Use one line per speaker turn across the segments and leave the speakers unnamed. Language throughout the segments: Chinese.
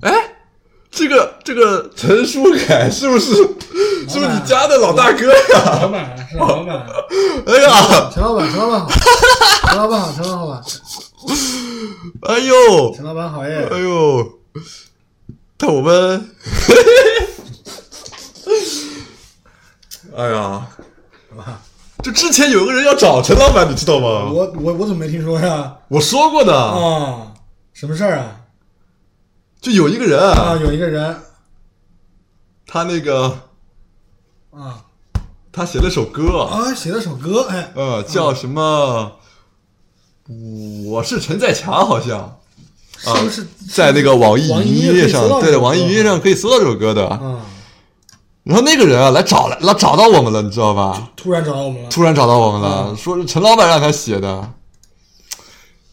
哎这个陈书凯是不是是不是你家的老大哥
老
呀？
板是老板，
哎呀，
陈老板，陈老板好，陈老板好，陈老板好，
哎呦，
陈老板好耶！
哎呦，但我们，哎呀，就之前有个人要找陈老板，你知道吗？
我我我怎么没听说呀？
我说过的，
啊，什么事儿啊？
就有一个人，
啊，有一个人
他那个
啊
他写了首歌，
啊写了首歌，哎，
呃，叫什么？我是陈在强，好像
是不是
啊在那个网易
网易
云
音乐
乐
可以搜
上，
到
对
这
的，
首歌
网易云乐上可以搜到这首歌的。
啊？
然后那个人啊，来找来来找到我们了，你知道吧？
突然找到我们了
突然找到我们了，
嗯
说是陈老板让他写的。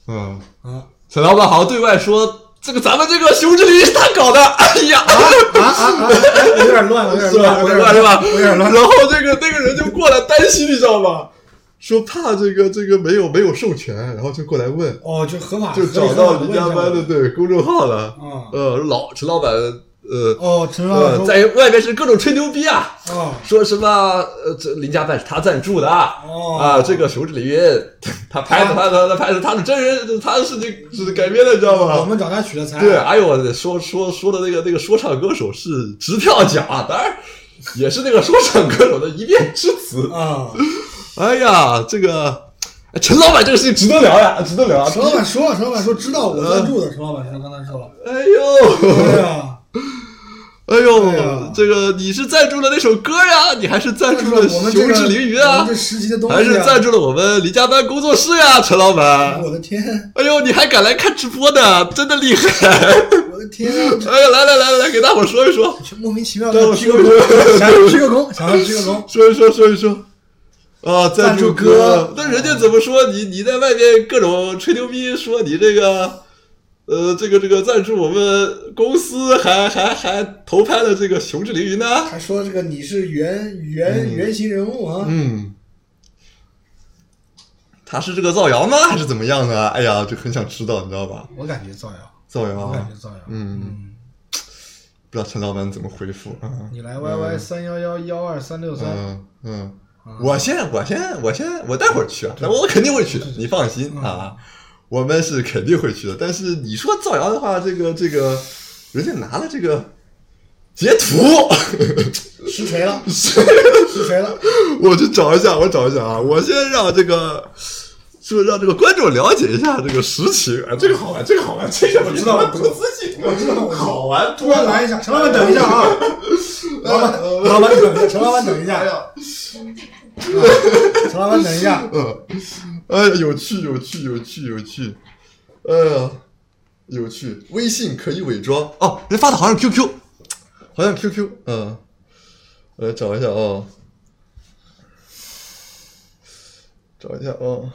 嗯，
啊
陈老板好像对外说，这个咱们这个熊之旅是他搞的。 哎呀，
啊啊啊！哎我有点乱，我有点
是吧？
乱，
我
我
是
有
吧？
点
是吧
乱，我有点？乱。
然后这个那个人就过来担心，你知道吧？说怕这个这个没有没有授权，然后就过来问，
哦，就合法，
就找到林家班的对公众号了。
啊。
呃，老陈老板，呃
哦，陈老板
呃，
说
在外面是各种吹牛逼啊。
哦
说什么呃，这林家办是他赞助的啊，
哦
啊，这个熊之里云， 他拍的，他他他拍的，他的真人，他的事情是改编的，你知道
我
吗？
们找他取的材，
对，哎呦，我说说说的那个那个说唱歌手是直票奖啊，当然也是那个说唱歌手的一面之词。
啊，
哎呀，这个哎陈老板这个事情值得聊呀，值得聊啊。
陈老板说了，陈老板说知道我赞助的，陈老板说刚才说了，
哎呦，
对啊，
哎呦，
哎呀
这个你是赞助了那首歌呀，你还是赞助了
我
熊
们这个
之凌云
我
啊
们这，十级的东西啊
还
啊
是赞助了我们林家班工作室呀，陈老板。
我的天，
哎呦，你还敢来看直播呢，真的厉害！
我的天啊，
哎呀，来来来来，给大伙儿说一说，
这莫名其妙
对我
的鞠个躬，想鞠个躬，
啊
想要鞠个躬，
说一说，说一说。啊，赞助
歌
那人家怎么说你？你在外面各种吹牛逼，说你这个，呃，这个这个赞助我们公司还，还还投拍了这个《熊之凌云》呢。
还说这个你是原原原型人物啊，
嗯，他是这个造谣吗？还是怎么样呢？哎呀，就很想知道，你知道吧？
我感觉造谣，
造谣
我感
啊
觉，造谣，
嗯，
嗯，
不知道陈老板怎么回复啊？
你来 YY 三幺幺幺二三六三，
嗯嗯。
啊
我先，我先，我先，我待会儿去啊，我我肯定会去的，你放心
嗯
啊，我们是肯定会去的。但是你说造谣的话，这个这个，人家拿了这个截图，
实锤了，实锤了，
我去找一下，我找一下啊，我先让这个。就让这个观众了解一下这个实情啊，这个好玩，这个好玩，这个
我知道
我自己，我知道，好玩
突然来一下，陈老板等一下啊，老板，老板等一下，陈老板等一下，啊陈老板等一下，
嗯， 哎呀，有趣，有趣，有趣，有趣，哎呀，有趣。微信可以伪装哦，人发的好像 QQ，好像 QQ，嗯，我来找一下哦，找一下哦。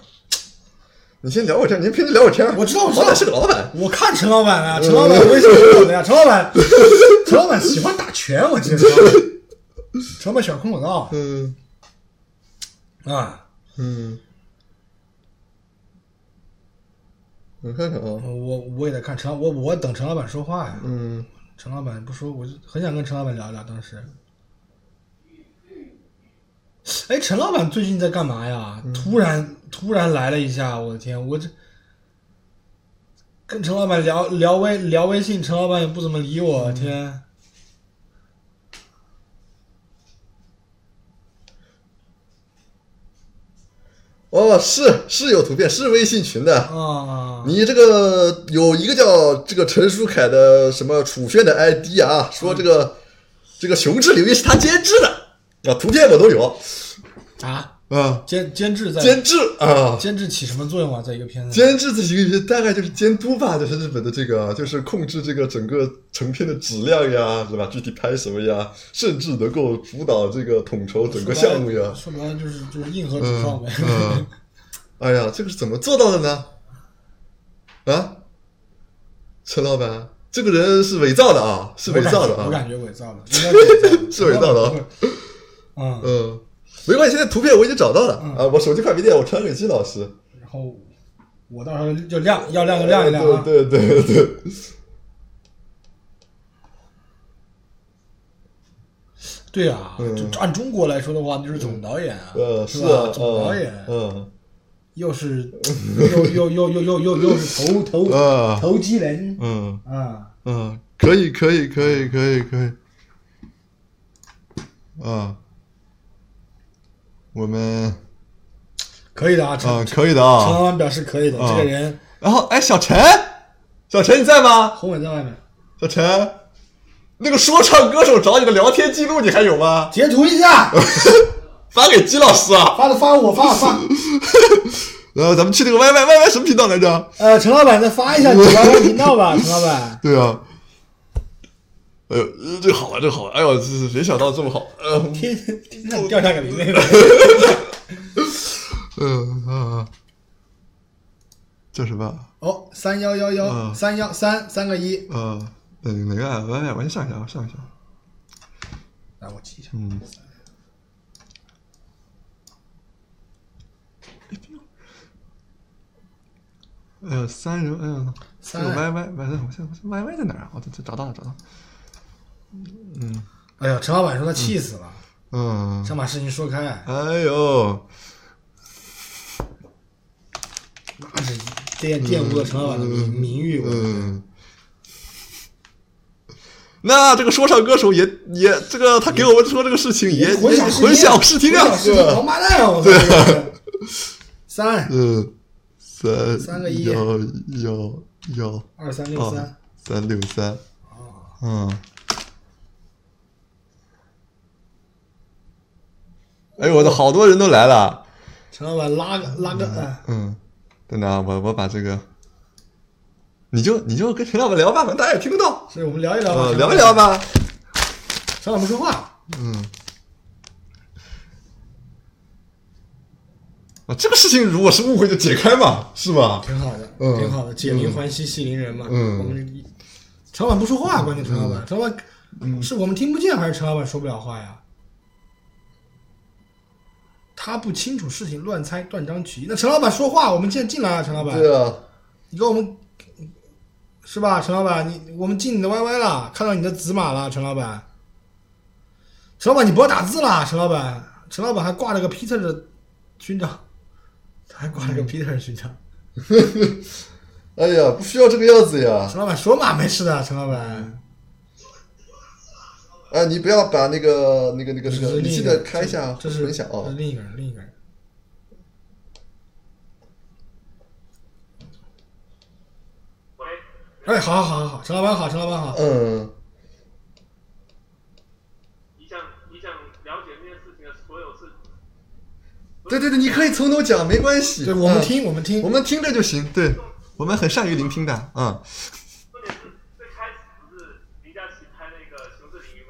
你先聊会儿天，你平时聊会儿天。
我知道我知道
老板是个老板，
我看陈老板了，陈老板微信是我的呀，陈老板，陈老板喜欢打拳，我记得，陈老板陈老板喜欢空手道
嗯
啊，
嗯。我看看啊，
我我也在看陈老，我我等陈老板说话呀，
嗯，
陈老板不说，我就很想跟陈老板聊一聊，当时。哎，陈老板最近在干嘛呀？突然突然来了一下，我的天，我这跟陈老板聊聊微聊微信，陈老板也不怎么理我，天。
哦，是是有图片，是微信群的，
啊！
你这个有一个叫这个陈书凯的什么楚轩的 ID 啊，说这个这个《熊之领域》是他监制的啊，图片我都有
啊，
啊，
监监制在
监制啊，
监制起什么作用啊？在一个片子里
监制这几个人大概就是监督吧，就是日本的这个，就是控制这个整个成片的质量呀，是吧？具体拍什么呀，甚至能够主导这个统筹整个项目呀。
说白了就是就是硬核主创呗。
嗯，哎呀，这个是怎么做到的呢？啊，陈老板，这个人是伪造的啊， 是伪造的
我
啊，
感觉伪造的，应该是伪造的
是 伪造的啊。
嗯，
嗯，没关系，现在图片我已经找到了
嗯
啊，我手机快没电，我传给金老师。
然后我到时候就亮，啊要亮就亮一亮啊。
对对对对。
对啊，
嗯
就按中国来说的话，那就是总导演啊，
呃，
是
是
吧？
啊，
总导演
嗯嗯
又 是又又又又又又又是投投
啊，
投机人
嗯
啊，
嗯，可以可以可以可以可以，啊，我们
可以的啊，陈
啊
陈
可以的
陈老
啊。
板表示可以的，
啊
这个人
然后哎，小陈，小陈你在吗？
红伟在外面
小陈，那个说唱歌手找你的聊天记录你还有吗？
截图一下，
发给姬老师啊。
发的发我发发，
呃，咱们去那个 Y Y Y Y 什么频道来着？
呃，陈老板再发一下你官方频道吧，陈老 板，
对啊。哎呦，呃这好玩，这好玩！哎呦，这是没想到这么好。嗯、
天 天上掉下个零那个，
嗯啊，叫什么？
哦，三幺幺幺
嗯
三幺三三个一，
啊、哪哪个 Y Y？我先上一下，我上一下。
来我记一下，
嗯。哎呦，三人，哎呦，这
三
个 Y Y Y，我现在 Y Y 在哪儿啊？我这这找到了，找到了。嗯
哎呀，陈老板说他气死了，
嗯。
想把事情说开，啊
哎呦，
那是玷玷污了陈老板的名名誉，我觉得
嗯，那这个说唱歌手也也这个，他给我们说这个事情也也
混淆视听
混淆视听啊，
是王八蛋，我操！三
嗯，三
三个一
幺幺幺
二三六
二
三，啊
三六三，嗯。哎呦我的，好多人都来了。
陈老板拉个拉个，哎
嗯，等等啊，我我把这个，你就你就跟陈老板聊吧，反正大家也听得到，
所以我们聊一聊吧
呃，，聊一聊。吧。
陈老板不说话，
嗯，啊，这个事情如果是误会就解开嘛，是吧？
挺好的，
嗯
挺好的，解铃还须系铃人嘛。
嗯
我们陈老板不说话，关键陈老板，陈老
嗯
板是我们听不见还是陈老板说不了话呀？他不清楚事情，乱猜断章取义。那陈老板说话，我们现在进来啊，陈老板。
啊，
你给我们是吧，陈老板？你我们进你的 YY 了，看到你的紫马了，陈老板。陈老板，你不要打字了，陈老板。陈老板还挂了个 Peter 的勋章，他还挂了
嗯
个 Peter 的勋章。
哎呀，不需要这个样子呀！
陈老板说嘛，没事的，陈老板。
哎，你不要把那个那个那个
这是另一个人这是
分享啊哦
这是。另一个人，另一个人。
喂，
哎，好好好好好，陈老板好，陈老板好。
嗯，
你想你想了解这件事情的所有事，
对对对，你可以从头讲，没关系。
对，我们
嗯，
听，我们听
我。们听着就行。对，我们很善于聆听的。嗯，
重点是最开始不是林佳琪拍那个《熊市淋雨》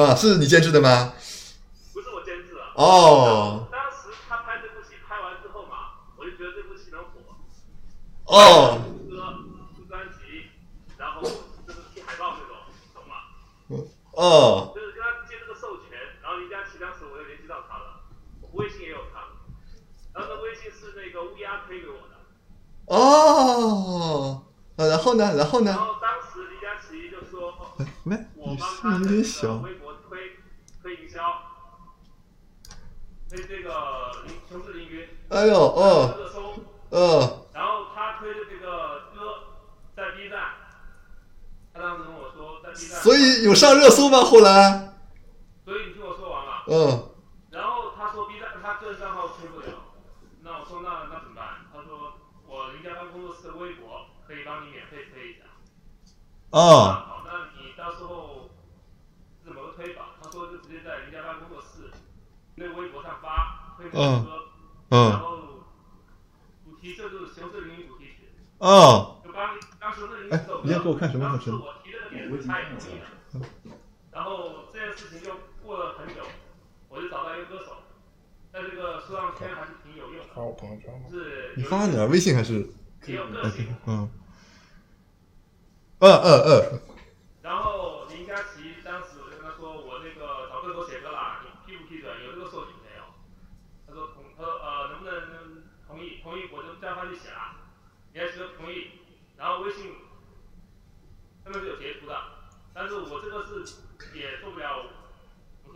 嘛，
啊，是你监制的吗？
不是我监制啊。
哦
当时他拍这部戏拍完之后嘛，我就觉得这部戏能火，
哦，
出歌、出专辑，然后就是贴海报那种，懂吗？
哦，
就是跟他接这个授权，然后林佳琪当时我就联系到他了，微信也有他，然后那微信是那个乌鸦推给我的。
哦，啊，然后呢？然后
然
呢？
后当时林佳琪就说，哦
哎，喂，
我
你
帮
声
他
音有
那
点
个
小。
微博推推营销，推这个林琼志凌云
哎呦，哦，
热搜，
呃，
然后他推的这个歌在 B 站，他当时跟我说在 B 站，
所以有上热搜吗？后来，
所以你听我说完了，
嗯，
然后他说 B 站他个人账号推不了，那我说那那怎么办？他说我林家班工作室的微博可以帮你免费推一下。
哦，
好，那你到时候怎么推法？他说就直接在人家办工作室那个微博上发推那个歌，然
嗯，
后主题这就是熊市林雨主题曲，
哦，
就刚刚熊市林雨这首歌，
哎你要给我看什么
当
小
时
吃
我提这个点子，他也同意了。然后这件事情就过了很久，我就找到一个歌手，在这个说唱圈还是挺有用的，
我朋友圈
是
你发哪儿？微信还是？
挺有个性。
嗯，嗯嗯
然后林佳琪当时我就跟他说，我那个找歌手写歌啦，你批不批准？有这个授权没有？他说同，他说呃能不能同意？同意我就叫他去写啦。林佳琪说同意，然后微信上面是有截图的，但是我这个是也做不了，我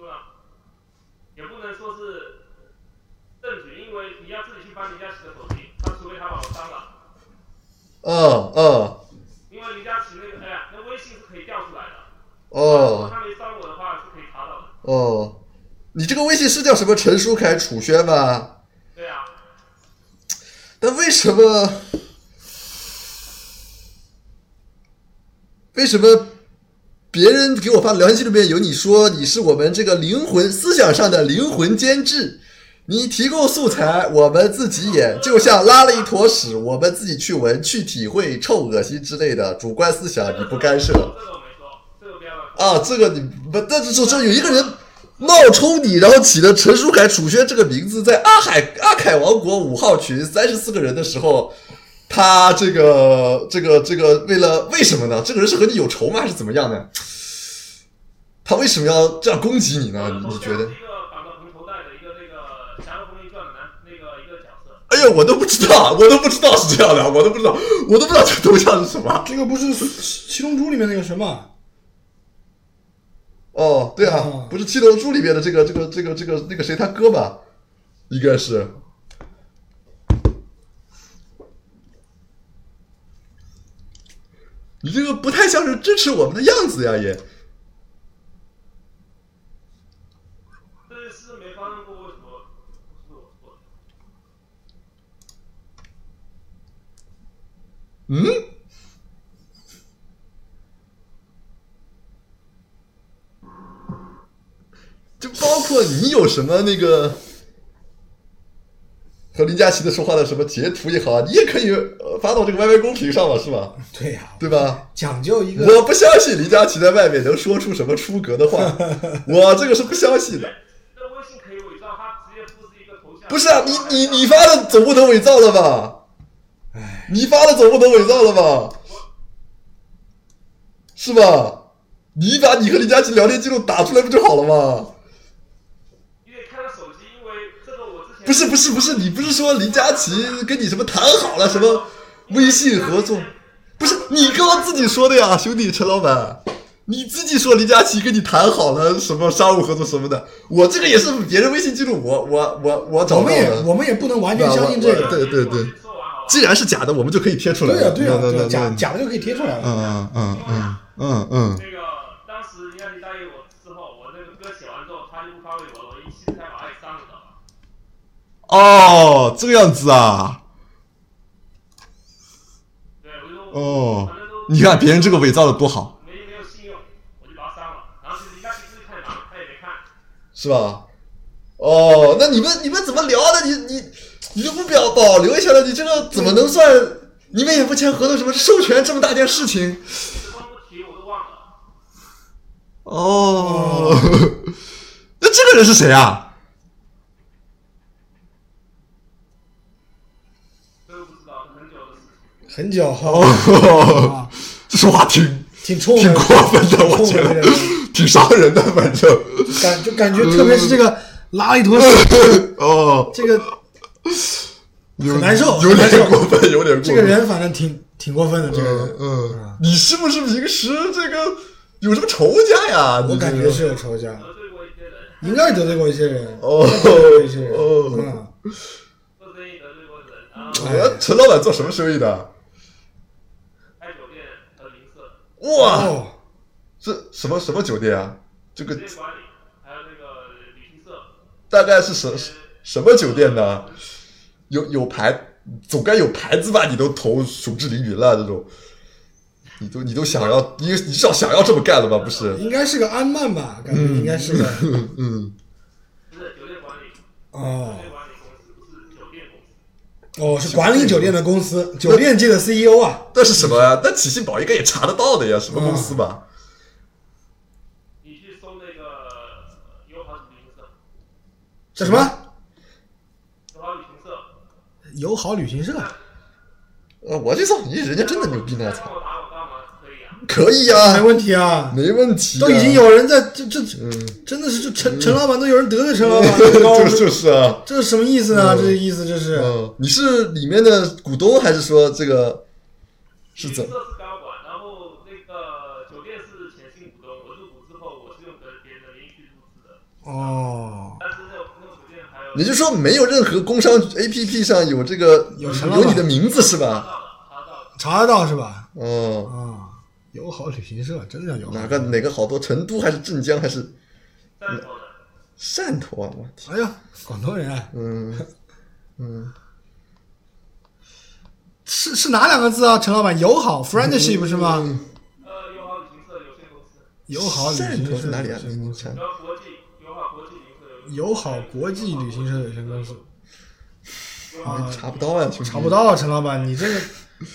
哎如果
哦
他没删过的话是可以查到的。
哦，你这个微信是叫什么陈书凯、楚轩吧？
对啊，
但为什么？为什么别人给我发的聊天记录里面有你说你是我们这个灵魂思想上的灵魂监制？你提供素材，我们自己演，就像拉了一坨屎，我们自己去闻、去体会、臭恶心之类的主观思啊想，你不干涉。
这个我没说，这个不要乱说。
啊，这个你不，但是说说有一个人冒充你，然后起了陈书凯、楚轩这个名字，在阿海阿凯王国五号群三十四个人的时候，他这个这个这个为了为什么呢？这个人是和你有仇吗？还是怎么样呢？他为什么要这样攻击啊你呢？你你觉得
是？一个绑个红头带的一个那个《侠盗风云传》的男那个一个角色，
哎呀，我都不知道，我都不知道是这样的，我都不知道，我都不知道这头像是什么。
这个不是七《七龙珠》里面那个什么？
哦，对啊，
哦
不是《七龙珠》里面的这个这个这个这个那个谁他哥吧？应该是。你这个不太像是支持我们的样子呀，也
这是没发生过为什么？是我错的。
嗯，就包括你有什么那个和林佳琪的说话的什么截图也好啊，你也可以呃发到这个 YY 公屏上嘛，是吧？
对呀、
对吧？
讲究一个
我不相信林佳琪在外面能说出什么出格的话，我这个是不相信的。
这微信可以伪造，他直接复制一个头像。
不是啊，你你你发的总不能伪造了吧？你发的总不能伪造了吧？是吧？你把你和林佳琪聊天记录打出来不就好了吗？
你得看他手机，因为这个我之前
不是不是不是，你不是说林佳琪跟你什么谈好了什么微信合作？不是你刚刚自己说的呀，兄弟陈老板，你自己说林佳琪跟你谈好了什么商务合作什么的，我这个也是别人微信记录，我我我我找到
我们也
的。
我们也不能完全相信这
啊
我我
个。
对对对
说完好吧
既然是假的，我们就可以贴出来
对呀、
了。
对呀、
那
对
那
呀、
那
假
那
假的就可以贴出来了。
嗯嗯嗯嗯嗯
那个当时人家你答应我之后，我那个歌写完之后，他就不发微博了，我一气才把他给删了，知道吧？
哦，这个样子啊，
对，我就说我
哦
反正都，
你看别人这个伪造的多好，
没没有信用，我就把他删了。然后其实人家平时看忙，他也没看。
是吧？哦，那你们你们怎么聊的？你你你都不表保留一下了，你这个怎么能算？你们也不签合同，什么授权这么大件事情？
这光不提我都忘了。
哦， 那这个人是谁啊？
这个不知道，很久的事情。
很久，
哦
啊，
这说话挺
挺冲
挺
的，
过分的，我 觉得
挺
挺伤人的，反正
感就感觉，特别是这个拉了一坨屎，
哦，
这个
有
很难受
有
很难
点
受
过分，有点过分。
这个人啊反正挺挺过分的，这个
嗯，
人，
嗯，你是不是平时这个有什么仇家呀？
我
你这
感觉
个
是有仇家，
得罪过一些人，
应该得罪过一些人，
哦
得罪过一些人，
哦
嗯，
做生意得罪过人，然后
哎陈老板做什么生意的？
开酒店和零售、
哇，
哦，
这什么什么酒店啊？这个
职业管理，还有那个旅行社。
大概是什什么酒店呢？有有牌，总该有牌子吧？你都投数至凌云了，这种，你都你都想要，你你至少想要这么干了吧？不是？
应该是个安曼吧，感觉应该是个，
嗯，
不是酒店管理，
哦
酒店管理公司不是酒店公司。
哦，是管理酒店的公司，酒店界的 CEO 啊，
那是什么呀？那体信宝应该也查得到的呀，什么公司吧？
你去搜那个友好旅行社，
叫什么
友好旅行社，
友好旅行社，嗯
呃，我这操，你人家真的牛逼呢！
帮
操，
我打广告吗？可以啊。
可以
嗯没
呀，
问题啊，
没问题啊，
都已经有人在这这，真的是这陈陈老板都有人得罪陈老板，这高
嗯 就是就是啊，
这是什么意思呢？
嗯
这个意思就是，
嗯，你是里面的股东还是说这个是怎
旅行社是高管，然后那个酒店是前新股东，我入股之后，我是用别别人的名义去注资的，
哦，
但是那种那种酒店还有
也就是说，没有任何工商 APP 上有这个
有陈老板
有你的名字是
查
吧？
到了，查到了，
查得到是吧？
嗯，
啊，友好旅行社，真的叫友好
哪？个哪个好多？成都还是镇江还是
汕头的，
汕头啊？我天，
哎呀，广东人啊
嗯嗯，
是是哪两个字啊？陈老板，友好
嗯
friendship 是吗？
呃，友好旅行社有限公司，
友好旅
汕头
行
是
社
哪里啊？
有限公司
汕
然后国际友好国际旅行社有
友好国际旅行社有
限公司
限公司，
头哎查不到呀，兄弟
查不。到啊，陈老板，你这 个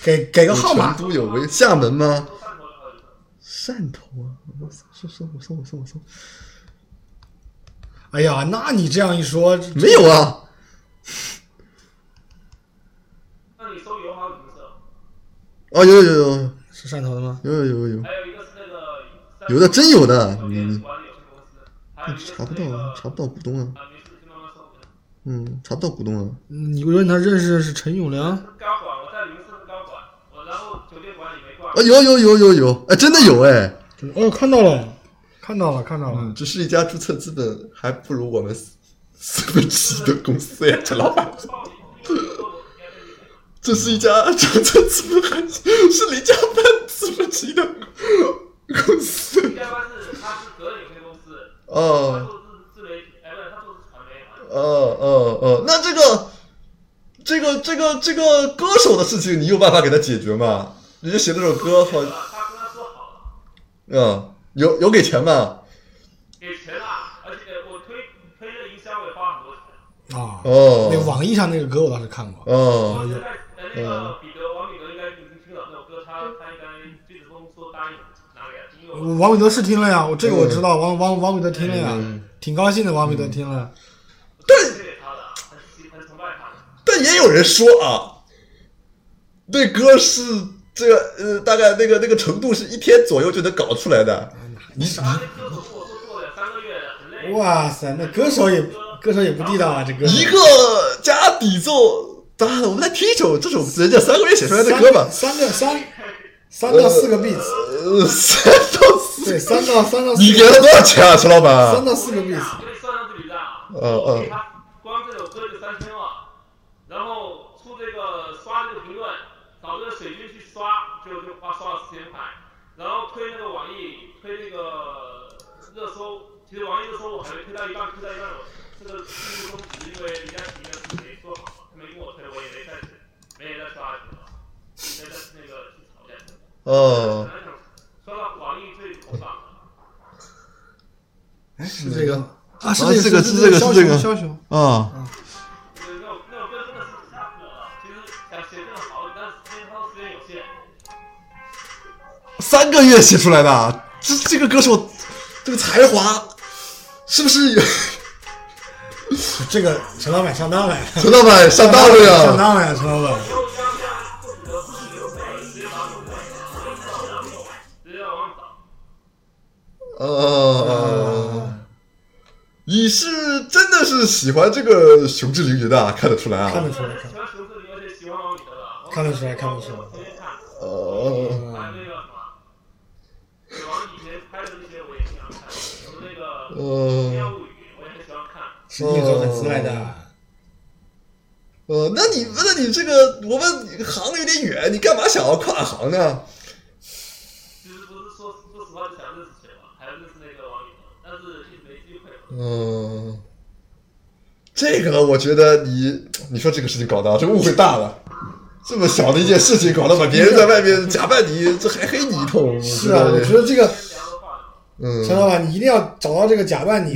给给个
有
号码
成，都有为厦门吗？
都汕头的好旅行社
汕头啊！我搜搜我搜我搜我搜，
哎呀，那你这样一说，这
没有啊！
那你搜友好旅行社，
哦，有有有有
是汕头的吗？
有有有有，
还有一个是那个
有的真有的，
酒
你
店
嗯
你
管理有限公司，还有一个是
查不
那
到啊，
个
查不到股东啊，
啊，没事，去慢慢搜。
嗯，查不到股东啊，
嗯你问他认识是陈永良，
高管，我在旅行社是高管，我然后酒店管理没挂
啊，。有有有有有，哎，真的有哎，
哦，看到了，看到了，看到了，
只是一家注册资本还不如我们四四分之一的公司呀，陈老板，
报名因为我说我应该跟你讲
这是一家 注册资本还是是李家班四分之一的公司
应该算是他是责任有限公司，他
哦。
做自自媒体，哎，不是他做传媒好像。
哦哦哦，那这个，这个这个这个歌手的事情，你有办法给他解决吗？人家写这首歌好，
他跟他说好了，
嗯，有有给钱吗？
给钱了，而且我推推这营销我也花很多钱。
啊，
哦
那个网易上那个歌我倒是看过，
哦
我现在呃那个彼得王彼得应该已经听了这首歌，他他应该这子峰说答应拿给他，因为我
王伟德是听了呀，我这个我知道，王王王伟德听了呀
嗯，
挺高兴的，王伟德听了，
推给他的，很喜很崇拜他的。
但也有人说啊，那歌是这个呃，大概那个那个程度是一天左右就能搞出来的。你
他那歌手跟我说做了三个月了，很累。
哇塞，那歌手也歌手也不地道啊，这歌手
一个加底奏，当然了我们来听一首这首人家三个月写出来的歌吧。
三个三三到四个 beats，
呃，三到四，
对，三到三到四
你给
个
了多少钱啊，陈老板
三？到四个
我跟你讲
beats，
我给你算上自己账啊，
嗯嗯
我给他光这首歌就三千了，然后出这个刷这个评论，找这个水军去刷，就就花刷了四千块，然后推那个网易，推那个热搜，其实网易热搜我还没推到一半，推到一半我这个进入终止，因为人家提的是没做好嘛，他没跟我推，我也没再推没人再刷下去了，没再那个去吵架去了，本
哦，
来想刷到网易最头版了。
是这个啊，
啊
是
是这
这个
个是这个是这
枭雄
个
枭雄，
啊，
嗯
那首那首歌真的是太火了，其实想写更好，但是因为他时间有限，
三个月写出来的啊，这这个歌手，这个才华，是不是有？
这个陈老板上当了呀，
陈老板上当了
上
呀！
当了呀，陈老板。
直接往上找。
哦哦哦，你是真的是喜欢这个熊志凌云的啊，看得出来
看
啊
得。出来，
喜欢熊志凌，而且喜欢王宇德了。
看得出来看得出来
我天天看，
哦，
还有那个什么，王以前拍的那些我也经常看，什么那个《天
呃
涯物语》，我也很喜欢看。
是硬核粉丝来的。
呃，那你那你这个我们行有点远，你干嘛想要跨行呢？
其实不是说说实话，就想认识谁嘛，还有认识那个王宇德，但是一直没机会。
嗯，这个我觉得你你说这个事情搞的啊，这误会大了。这么小的一件事情，搞得把别人在外面假扮你，这还黑你一通。
是啊，我觉得这个
今天聊的话。
嗯，
陈老板，你一定要找到这个假扮你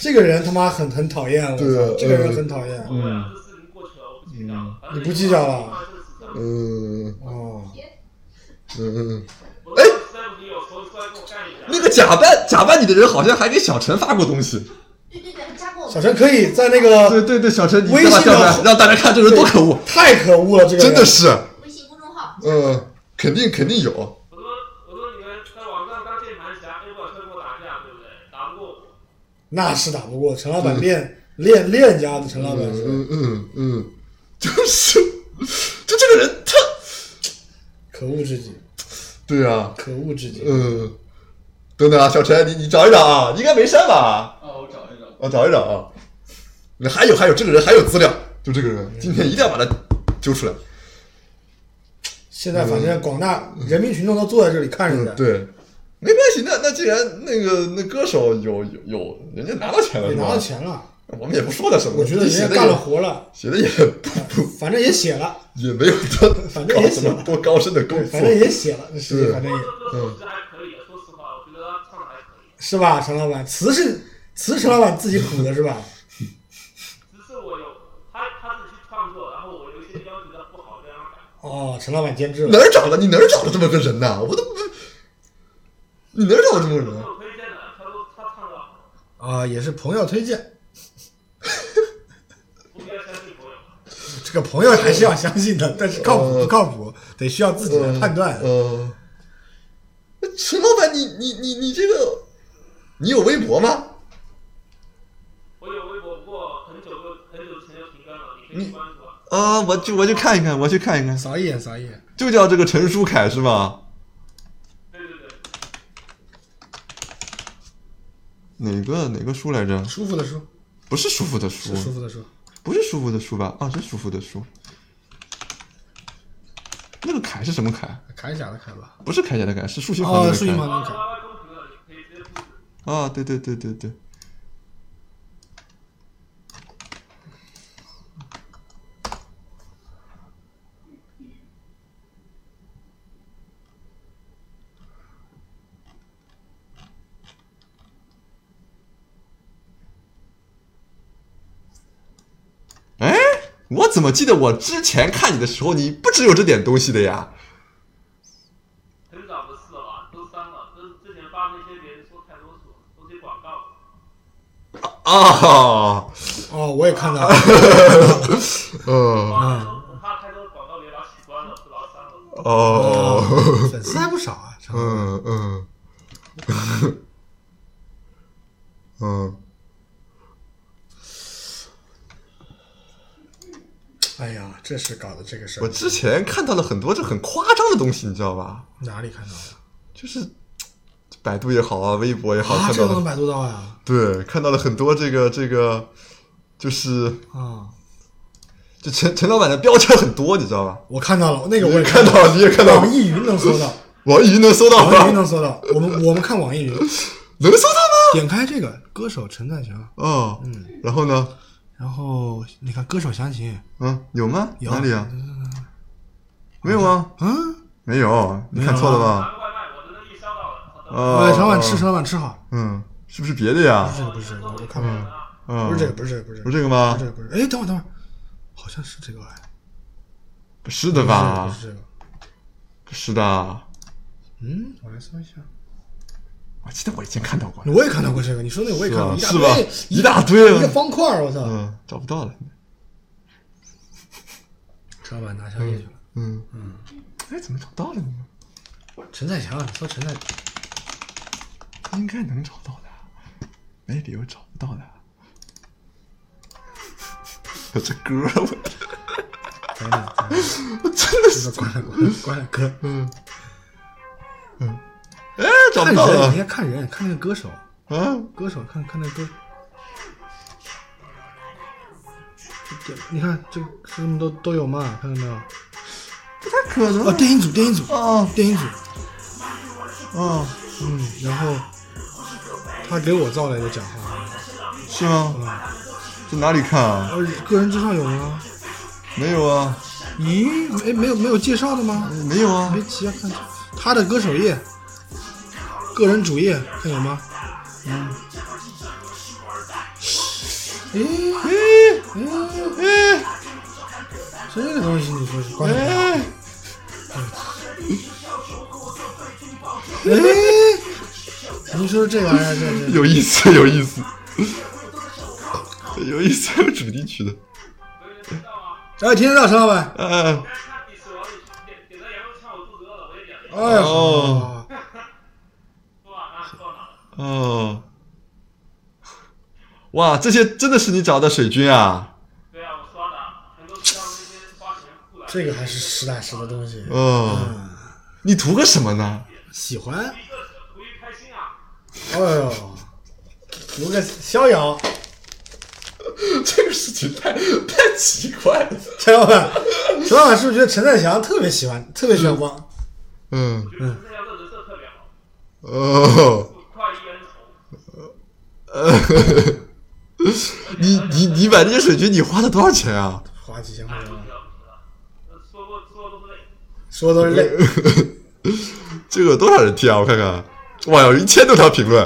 这个人，他妈很很讨厌，我
对
操，
啊
这个人很讨厌。
嗯，这事情过去了，我不计较了。
你不计较啊了
嗯
哦，
嗯嗯。
哎，实在不行有仇出来跟我干一架。
那个假扮假扮你的人好像还给小陈发过东西。
对对对，还加过我们
小陈可以在那个
对对对，小陈，你
微信
干嘛这样
的
干让大家看这个人多可恶，
太可恶了，这个人
真的是，
微信公众号，
嗯，肯定肯定有，
我说我说你们在网上当键盘侠，又不敢跟我打架，对不对？打不过我。
那是打不过陈老板练练练家的陈老板是
嗯嗯嗯，就是，就这个人他，
可恶至极，
对啊，
可恶至极。
嗯，等等啊，小陈，你你找一找啊，应该没删吧？
啊，我找一找。
我找一找啊，还有
嗯
还有，这个人还有资料，就这个人，今天一定要把他揪出来。
现在反正广大人民群众都坐在这里看着
嗯
呢，
对，没关系，那那既然那个那歌手有有有人家拿到钱了
也
是吧，
拿到钱了，
我们也不说他什么，
我觉得人
写
家
的
干了
也
活了，
写的也不
反正也写了，
也没有他
反正
搞
也
什
写
么
了，
多高深的功
对，
夫
反，正也写了，这实际
对
反正也
这歌手其实还可以的，说实话，我觉得他唱的还可以。
是吧，陈老板，词是词，陈老板自己谱的是吧？
只是我有他他自己去创作，然后我有一些要求的不好，这样改。
哦，陈老板监制
哪
了，
儿找的？你哪儿找的这么个人呐？我都不，你哪儿找的这么个人啊？
我推荐的，他说他唱的好，
啊、也是朋友推荐，
不要相信朋友。
这个朋友还是要相信的，但是靠谱不靠谱，得需要自己来判断。
呃，呃陈老板，你你你你这个，你有微博吗？
我有微博，不过很久都很久之前就停更了，你可以关注啊。
啊，我就我去看一看，我去看一看，
扫一眼，扫一眼，
就叫这个陈书凯是吧？
对对对，
哪个哪个书来着？
舒服的舒，
不是舒服的书
是，舒服的舒。
不是舒服的书吧？啊，是舒服的书。那个凯是什么凯？
砍甲的砍吧，
不是铠甲的铠，是竖心旁
哦，
那个
竖心
凯
旁
我
那
要
砍，
我要公平了，你可以直接复制。
啊，对对对对对。哎，我怎么记得我之前看你的时候，你不只有这点东西的呀？
很早的事了吧，都删了，都是之前发那些别人说太啰嗦，都是广告。
啊，
哦，我也看到了，
嗯，
我怕太多广告别把它洗关了，不老删了。
哦，
粉丝还不少啊，陈老板
嗯 嗯，嗯，
哎呀，这是搞的这个事
我
儿，
之前看到了很多这很夸张的东西，你知道吧？
哪里看到的？
就是百度也好啊，微博也好，
啊，
看
这
到
个能
了，
百度到啊呀？
对，看到了很多这个这个，就是
啊，
就陈陈老板的标签很多，你知道吧？
我看到了，那个我
你
也
也看到，了，你也看到
网
了，
易云能 搜到，
网易云能搜到
网易云
吗？
能搜到。我们我们看网易云，
能搜到
点开这个歌手陈赞祥，
吗？哦，
嗯，
然后呢？
然后你看歌手详情，
嗯，有吗？
有
哪里啊？没有啊？
嗯，
没有，你看错了吧？
啊
拿个外卖，我的那预销到了。好的
啊
呃，，陈老板吃，陈老板吃好，
嗯，是不是别的呀？
不是不是，我看
嗯
不到，
啊，
嗯，
不是这个，不是这个，不是这
不
个，
是这个啊吗
不是这？个，不是这个。哎，等会儿等会儿，好像是这个哎，
不是的吧
不？是这个，
是的，
嗯，我来搜一下。
我记得我以前看到过，
我也看到过这个，你说那个我也看到，一大
是吧
堆
是吧一大堆啊
一个方块儿，我操！
嗯，找不到了，
陈老板拿宵夜去了。
嗯嗯，哎，怎么找不到了呢？
陈再强，你说陈再，
应该能找到的，没理由找不到的。我这歌儿，我
等等，等等，
我真的
这
是
个，关了关了关了歌，
嗯嗯，哎，找
看
不到
人，
了
你，看看人，看那个歌手，
啊，
歌手看看那歌，这这你看这这么多都有嘛，看到没有？
不太可能
哦，电影组，电影组，
啊
电影组，
啊，
嗯，然后他给我造了一个奖号，
是吗？在哪里看啊？
呃，个人之上有吗？
没有啊，
咦，没没有没有介绍的吗？
没有啊
别，急啊，看他的歌手页，个人主页，看有吗？嗯。诶诶，
哎
这个东西你说是关键？哎
哎，
你哎说这玩意儿，这这
有意思，有意思，有意思，还有主题曲的，
没人知道啊。
哎，听得到陈老板？
哎。
但是他你死亡你点点到羊肉串，我肚子饿了，我也点了一个，
哎呀，
哦
说吧，啊，说哪了？
哦，哇，这些真的是你找的水军啊！
对啊，我刷的，全都是让那些花钱雇来的。
这个还是实打实的东西，
哦，你图个什么呢？
喜欢。
一个是图一开心啊，
哎呦，有个逍遥，
这个事情太太奇怪了。
陈老板，陈老板是不是觉得陈在祥特别喜欢，特别喜欢汪？
嗯
我，觉得陈思阳的人设特别好，
哦，
不快意恩仇。
呃，你你你买这些水军，你花了多少钱啊？
花几千块
哎，
钱
不，知道不知道，呃说过说过都累。
说的都是泪。
这个有多少人听啊？我看看，哇，有一千多条评论。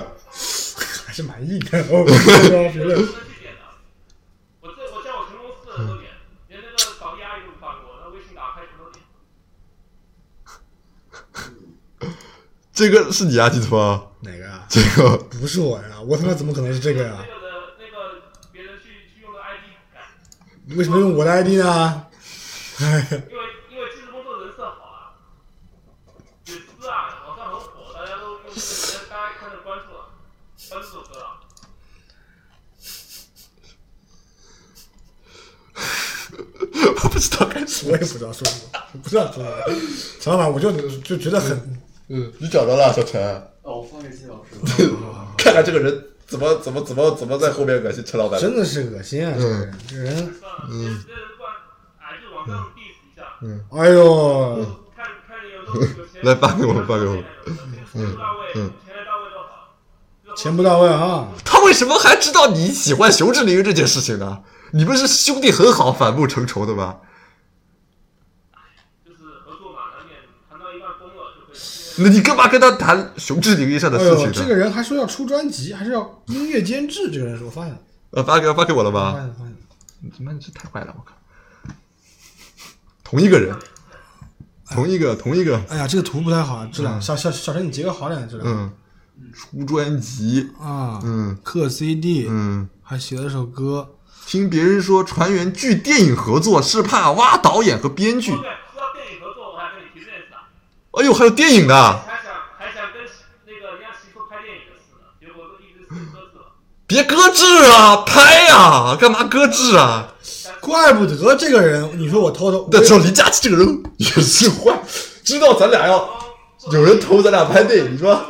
还是蛮硬的。我不
嗯
要评
我
论，
是去点的，我这我像我全公司的人都点，连那个扫地阿姨都不放过，那微信打开全都点。
这个是你啊，鸡托啊？
哪个啊？
这个
不是我呀！我他妈怎么可能是这个呀、
那个的那个别人去去用的 ID 改，
为什么用我的 ID 呢？哎，
因为因为技术工作人设好啊，粉丝啊网上很火，大家都用这个人，大家开始关注了，关注这首歌了。
我不知道该说。
我也不知道说什么，不知道说什么。陈老板，我就就觉得很，
嗯，你找着了，小陈。
哦，我放给季老师了。
看看这个人怎么怎么怎么怎么在后面恶心陈老板。
真的是恶心啊！这个人，这个人，
算了，这这人不然，哎，就往上 diss 一下。
哎呦，
看看你有多有钱。
来发给我发给我。嗯
钱到位，钱来到位就好。
钱不到位啊！
他为什么还知道你喜欢熊志玲这件事情呢？你们是兄弟很好，反目成仇的吧？
就是合作嘛，难免谈到一半崩了就会。
那你干嘛跟他谈熊志玲以上的
哎
事情
呦，
呢？
这个人还说要出专辑，还是要音乐监制。这个人是我发现了，
呃，发给发给我了
发
吧？
现了，发现了。
你他妈这太坏了，我靠！同一个人，同一个同一个，
哎呀，这个图不太好，质量。小小小陈，你截个好点的质量
嗯，出专辑，
啊。
嗯
刻 CD，
嗯。
还写了首歌。
听别人说，船员剧电影合作是怕挖导演和编剧。
对，说到电影合作，我还跟你提这件事啊，
哎呦，还有电影呢！
还想还想跟那个人家媳妇拍电影的事呢，结果都一直 是搁置了。
别搁置啊，拍呀、干嘛搁置啊？
怪不得这个人，你说我 偷偷，
但知道林佳琪这个人也是坏，知道咱俩要有人投咱俩拍电影，你
然
说
后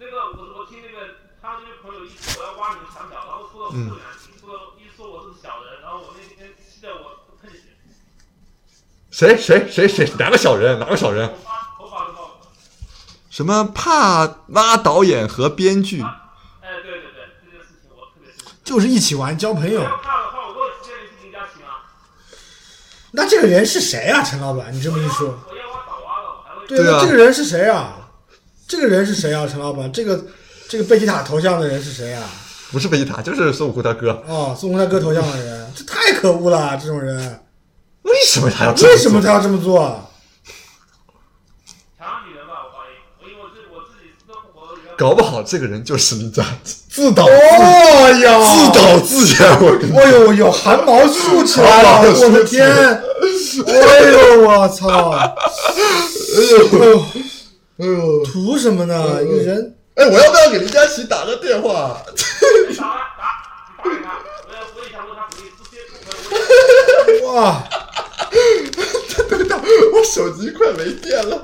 那个我我听那个他那个朋友一直我要挖你们墙角，然后说的
嗯
不难听，说一说我是小人，然后我那天气得我喷血，
谁谁谁谁哪个小人哪个小人
头？发头发都爆了。
什么怕挖导演和编剧？
哎，对对对，这件事情我特别生气。
就是一起玩交朋
哎
不
友。
要怕的话，我也是建议去林佳琪啊。
那这个人是谁啊，陈老板？你这么一说，
我要挖早挖了，我还会。
对
对啊
这个人是谁啊？这个人是谁啊，陈老板？这个这个贝吉塔头像的人是谁啊？
不是贝吉塔，就是孙悟空他哥。
哦，孙悟空他哥头像的人，这太可恶了！这种人
为什么他要这样
为
做
什么他？要这么做？啊
强女人吧，我怀疑，我因为我自我自己私生活里面，
搞不好这个人就是林佳琪，自导自、
哦呀
自！导自演。我跟你
哎呦呦，汗毛竖起来了！我的天！哎呦，我操！哎呦，
哎呦，
哦图什么呢？一个人
哎，我要不要给林佳琪打个电话？
你打吧打，你打给他，我也我也想问他主意，不接不回，
哇！
我手机快没电了。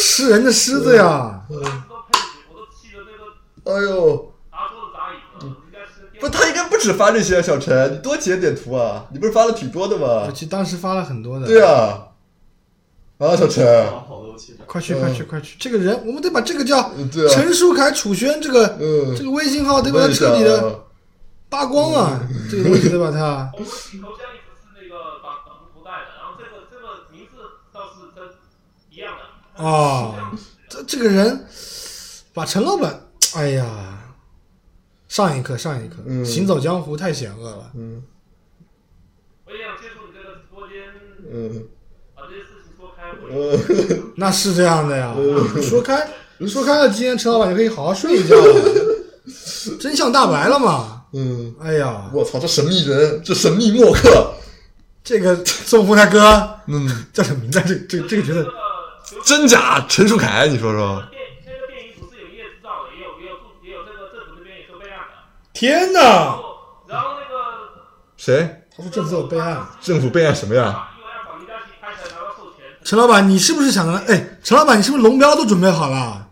吃人的狮子呀！
啊
我当时都配置，我都气得那个
哎呦，
拿桌子砸椅子，人家是呃
不，他应该不止发这些啊，小陈，你多截点图啊！你不是发了挺多的
我
吗？
其实当时发了很多的。
对啊，啊，小陈，
放好多气
快去，
嗯
快去，快去！这个人，我们得把这个叫
嗯对啊
陈书凯、楚轩这个
嗯
这个微信号得把它
啊
彻底的扒光啊！
嗯
这个东西得把它
我们洗头像一直是那个呃绑绑头带的，然后这个这个名字倒是真一样的，
啊，这这个人把陈老板，哎呀，上一课上一课，
嗯
行走江湖太险恶了。
嗯
我也想借助你这个直播间
嗯
把这些事情说开，我也
嗯，
那是这样的呀，说开说开了，今天陈老板就可以好好睡一觉了，真相大白了嘛？
嗯，
哎呀，
我操，这神秘人，这神秘默客，
这个 宋福他哥
嗯，
叫什么名字？这这这个角
这
色
个刘
真假陈树凯，你说说，
电那个电影组是有业制造的，也有也有助也有这个政府那边也做备案的。
天
然
哪！
后然后那个
谁？
他说政府有备案。嗯
政府备案什么呀？
因为要找林佳琪拍起来，然后授权。
陈老板，你是不是想着？哎，陈老板，你是不是龙标都准备好了？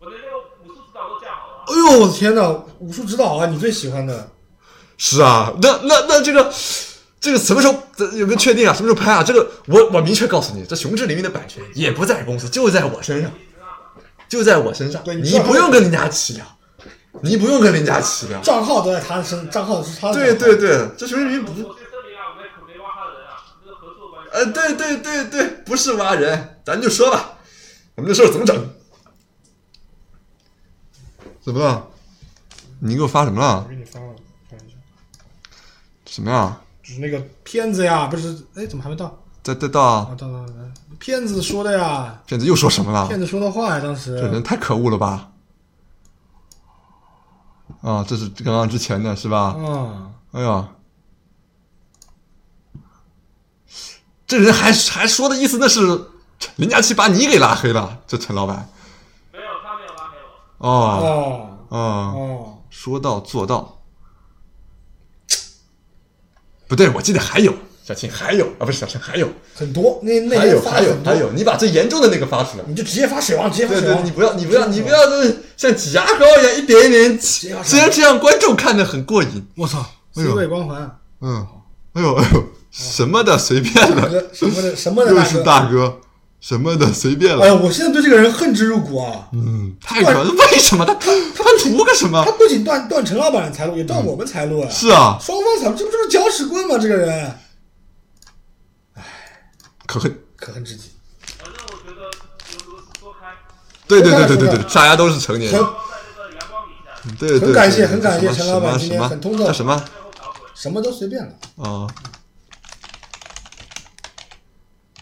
我的那个武术指导都架好了，
哎呦，我的天哪！武术指导啊，你最喜欢的，
是啊，那那那这个这个什么时候有个确定啊？什么时候拍啊？这个我我明确告诉你，这《雄志凌云》的版权也不在公司，就在我身上，就在我身上。
对你
你
知道
不用跟人家起聊，你不用跟人家起聊。
账号都在他的身，账号是他的。
对对，对，这《雄志凌云》不是，
我先声明啊，我们可没挖他人啊，这个合作关系。
呃，对对对对，不是挖人，咱就说吧，我们这事儿怎么整？怎么了？你给我发什么
我
了？
给你发了，看一下，
什么呀？
就是那个片子呀，不是？哎，怎么还没到？
在在到
啊，到到到，骗子说的呀，
骗子又说什么了？
骗子啊说的话呀，当时
这人太可恶了吧！啊，这是刚刚之前的是吧？
啊，
哎呀，这人还还说的意思那是林佳琪把你给拉黑了，这陈老板
没有，他没有拉黑我。
哦啊，
哦哦，
说到做到。不对，我记得还有小庆，还有啊，不是小庆，还有
很多，那那
还有
天发
还
了
有
很多
还，有，你把最严重的那个发出来。
你就直接发水王，直接发
对
水
对，
王，
你不要，你不要，你不要，就是像挤牙膏一样，一点一点挤，
挤牙膏
这样这样观众看的很过瘾。
我操，
哎呦
四位光环，
嗯，哎呦哎呦，什么的随便
大
了，
哥 什么的什么的
又是
哥，
大哥，什么的随便
哦哎呀，
了。
我现在对这个人恨之入骨啊！
嗯，太可了，为什么他他他图个什么
他？不仅断断陈老板的财路，也断我们财路啊！
嗯是啊，
双方财路，这不就是搅屎棍吗？这个人
可恨。
可恨至极。
反正我觉得刘罗斯说开，
对对对对对对，大家都是成年人
很。
包在这个阳光底下，
对对，对
很感谢很感谢
什
陈
么
老板
什
今天
么
很
什
通
么
透
叫什么
最后搞鬼。
什么都随便了，
啊？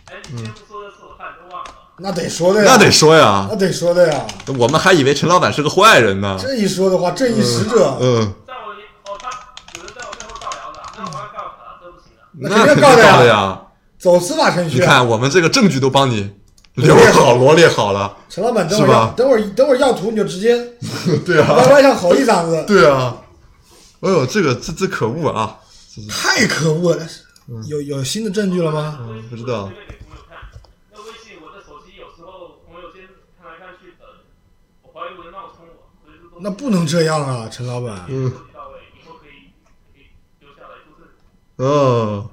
哎，你今天不说的是我差点都忘了。
那得说的呀，
那得说嗯呀
那，得说的呀。
我们还以为陈老板是个坏人呢。
这一说的话，正义使者，
嗯，
在我一哦，他有人在我背后造谣的，那我要告他，这不行的。
那
那
肯
肯定
定告的呀啊
告的呀。
走司法程
你
序。
看，我们这个证据都帮你留好、罗列好了。
陈老板，等会儿
是
要
吧
等会儿等会儿要图你就直 接
对
歪
啊，
歪上吼一嗓子，
对啊。哎呦，这个这这可恶啊！
太可恶了！
嗯
有有新的证据了吗？
微信
不知道
我随便给朋友看，那微信我的手机有时候朋友间看来看去的，我怀疑有人冒充我，所以说
那不能这样啊，陈老板。
嗯
收集到位，以后可以可以留下来作证。
哦，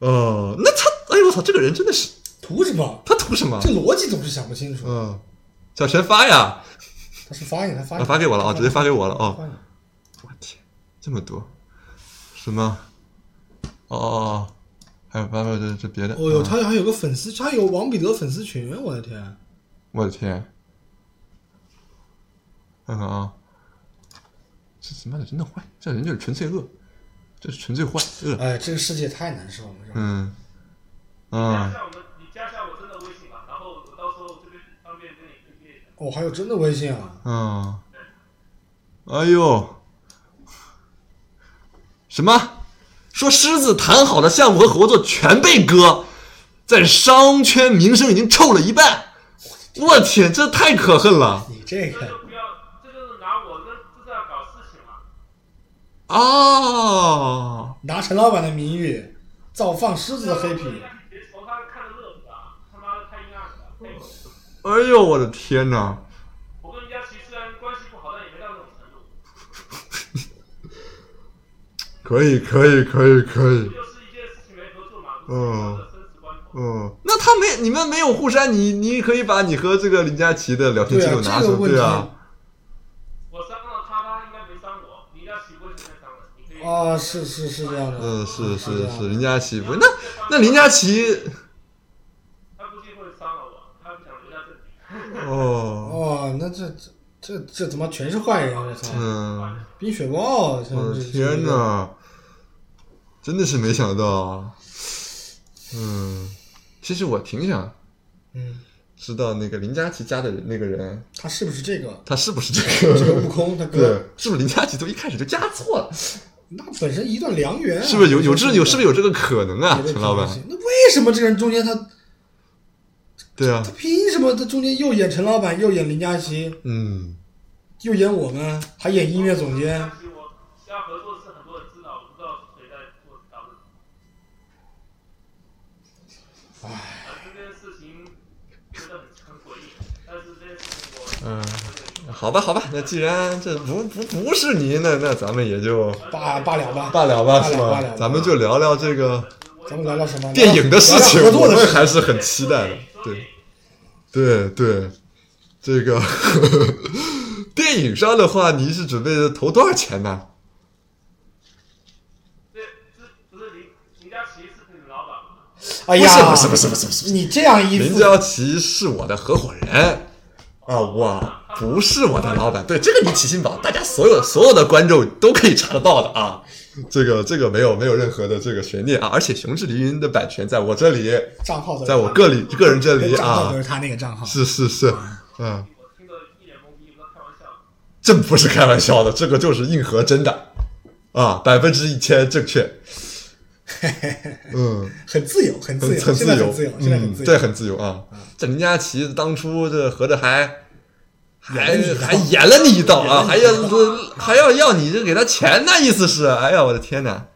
哦，那他，哎呦我操，这个人真的是，
图什么？
他图什么
这？逻辑总是想不清楚。
嗯，小陈发呀，
他是发你，他发
啊，
你，
发给我了啊，直接发给我了
发
哦。
你。
我天，这么多，什么？哦哦哦，还有，还有这这别的。
哦
嗯
哟，他还有个粉丝，他有王彼得粉丝群，我的天！
我的天！看看啊，这他妈的真的坏，这人就是纯粹恶，这是纯粹坏恶。
哎，这个世界太难受了，是吧
嗯，
加
嗯
啊，
上我们，你加上我真的微信吧，然后我到时候这边方便跟你推荐一下。
哦，还有真的微信啊！
嗯，哎呦，什么？说狮子谈好的项目和合作全被割，在商圈名声已经臭了一半。我天，这太可恨了
你这
这
个
就不要，这就是拿我跟这是要搞事情嘛。
啊！
拿陈老板的名誉造放狮子的黑皮，
啊
别从他看着乐子啊，他妈的太阴暗了，佩服。
哎呦，我的天哪！
我跟人家其实虽然关系不好，但也没到那种程度。
可以，可以，可以，可以
不。就是一件事情没合作嘛，不是他
嗯
的生死关头。
嗯，那他没你们没有互删，你你可以把你和这个林佳琪的聊天记
对啊
录，拿
这
出
个
来，
问
对
题
啊，
我伤到他，他应该没伤我。你要许过去才伤的，你可以。
啊，是是是这样的，
嗯，是
这
是
样
是，
的
林佳琪不那那林佳琪
他估计会伤了我，他不想留在这里。
哦，
哦，那这这这这怎么全是坏人？我操！
嗯，
冰雪豹，这
我的
这
天
这
哪，真的是没想到啊，嗯，其实我挺想
嗯，
知道那个林佳琪家的人那个人，
他是不是这个
他是不是
这
这个？
个 悟空他
对
哥？，
是不是林佳琪从一开始就加错了？
那本身一段良缘啊、
是不是有有这有是不是
不
有这个可能啊，陈老板？
那为什么这个人中间他
对啊
他，凭什么他中间又演陈老板，又演林佳琪，
嗯。
又演我们，还演音乐总监？
其实我要合作是很多人知道，我不知道谁在做搞的。唉，这件事情觉得很很诡异，但是这件事情我
嗯，好吧，好吧，那既然这不不不是您，那那咱们也就
罢罢了吧，
罢了吧，
罢了
是
罢
吧
了？
咱们就聊聊这个
咱们聊聊什么？
电影的事 情，
聊聊合作
我
的
们
事情。
还是很期待的。对，对对，这个 电影上的话，您是准备投多少钱呢？
这这不是林林佳琪是你们老板吗？
哎呀，
不是不是不是不是不是，
你这样一
林
副，
佳琪是我的合伙人啊，我不是我的老板。对，这个你起心宝，大家所有所有的观众都可以查得到的啊。这个这个没有没有任何的这个悬念啊，而且《熊之凌云》的版权在我这里，
账号都是
在我
他
个里个人这里
账号
啊
都，是他那个账号。
是是是，嗯，
我听得一脸懵逼，不知道开玩笑。
这不是开玩笑的，这个就是硬核真的啊，百分之一千正确。 嗯，
很自由，很自
很
由，
很自
现在
由
很自由，，现在很
嗯
自，由。
对，很自由啊。这林佳琪当初这合着还还
演了
还演了
你一道
你一道啊，还
演
要
了你一
还要要你这给他钱呢，意思是，哎呀，我的天哪！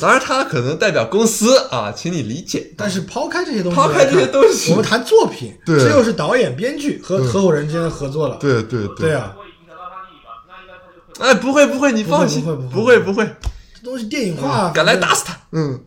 当然，他可能代表公司啊，请你理解。
但是抛开这些东西，
抛开这些，东西
我，们谈作品，
对
这又是导演、编剧和
对
合伙人之间的合作了。
对对
对啊
我已经得到他利益吧，那应该他就会。
哎，不会不会，你
不会
放心，
不会
不
不
会
会啊
不会，
这东西电影化，
敢来
反正
打死他！嗯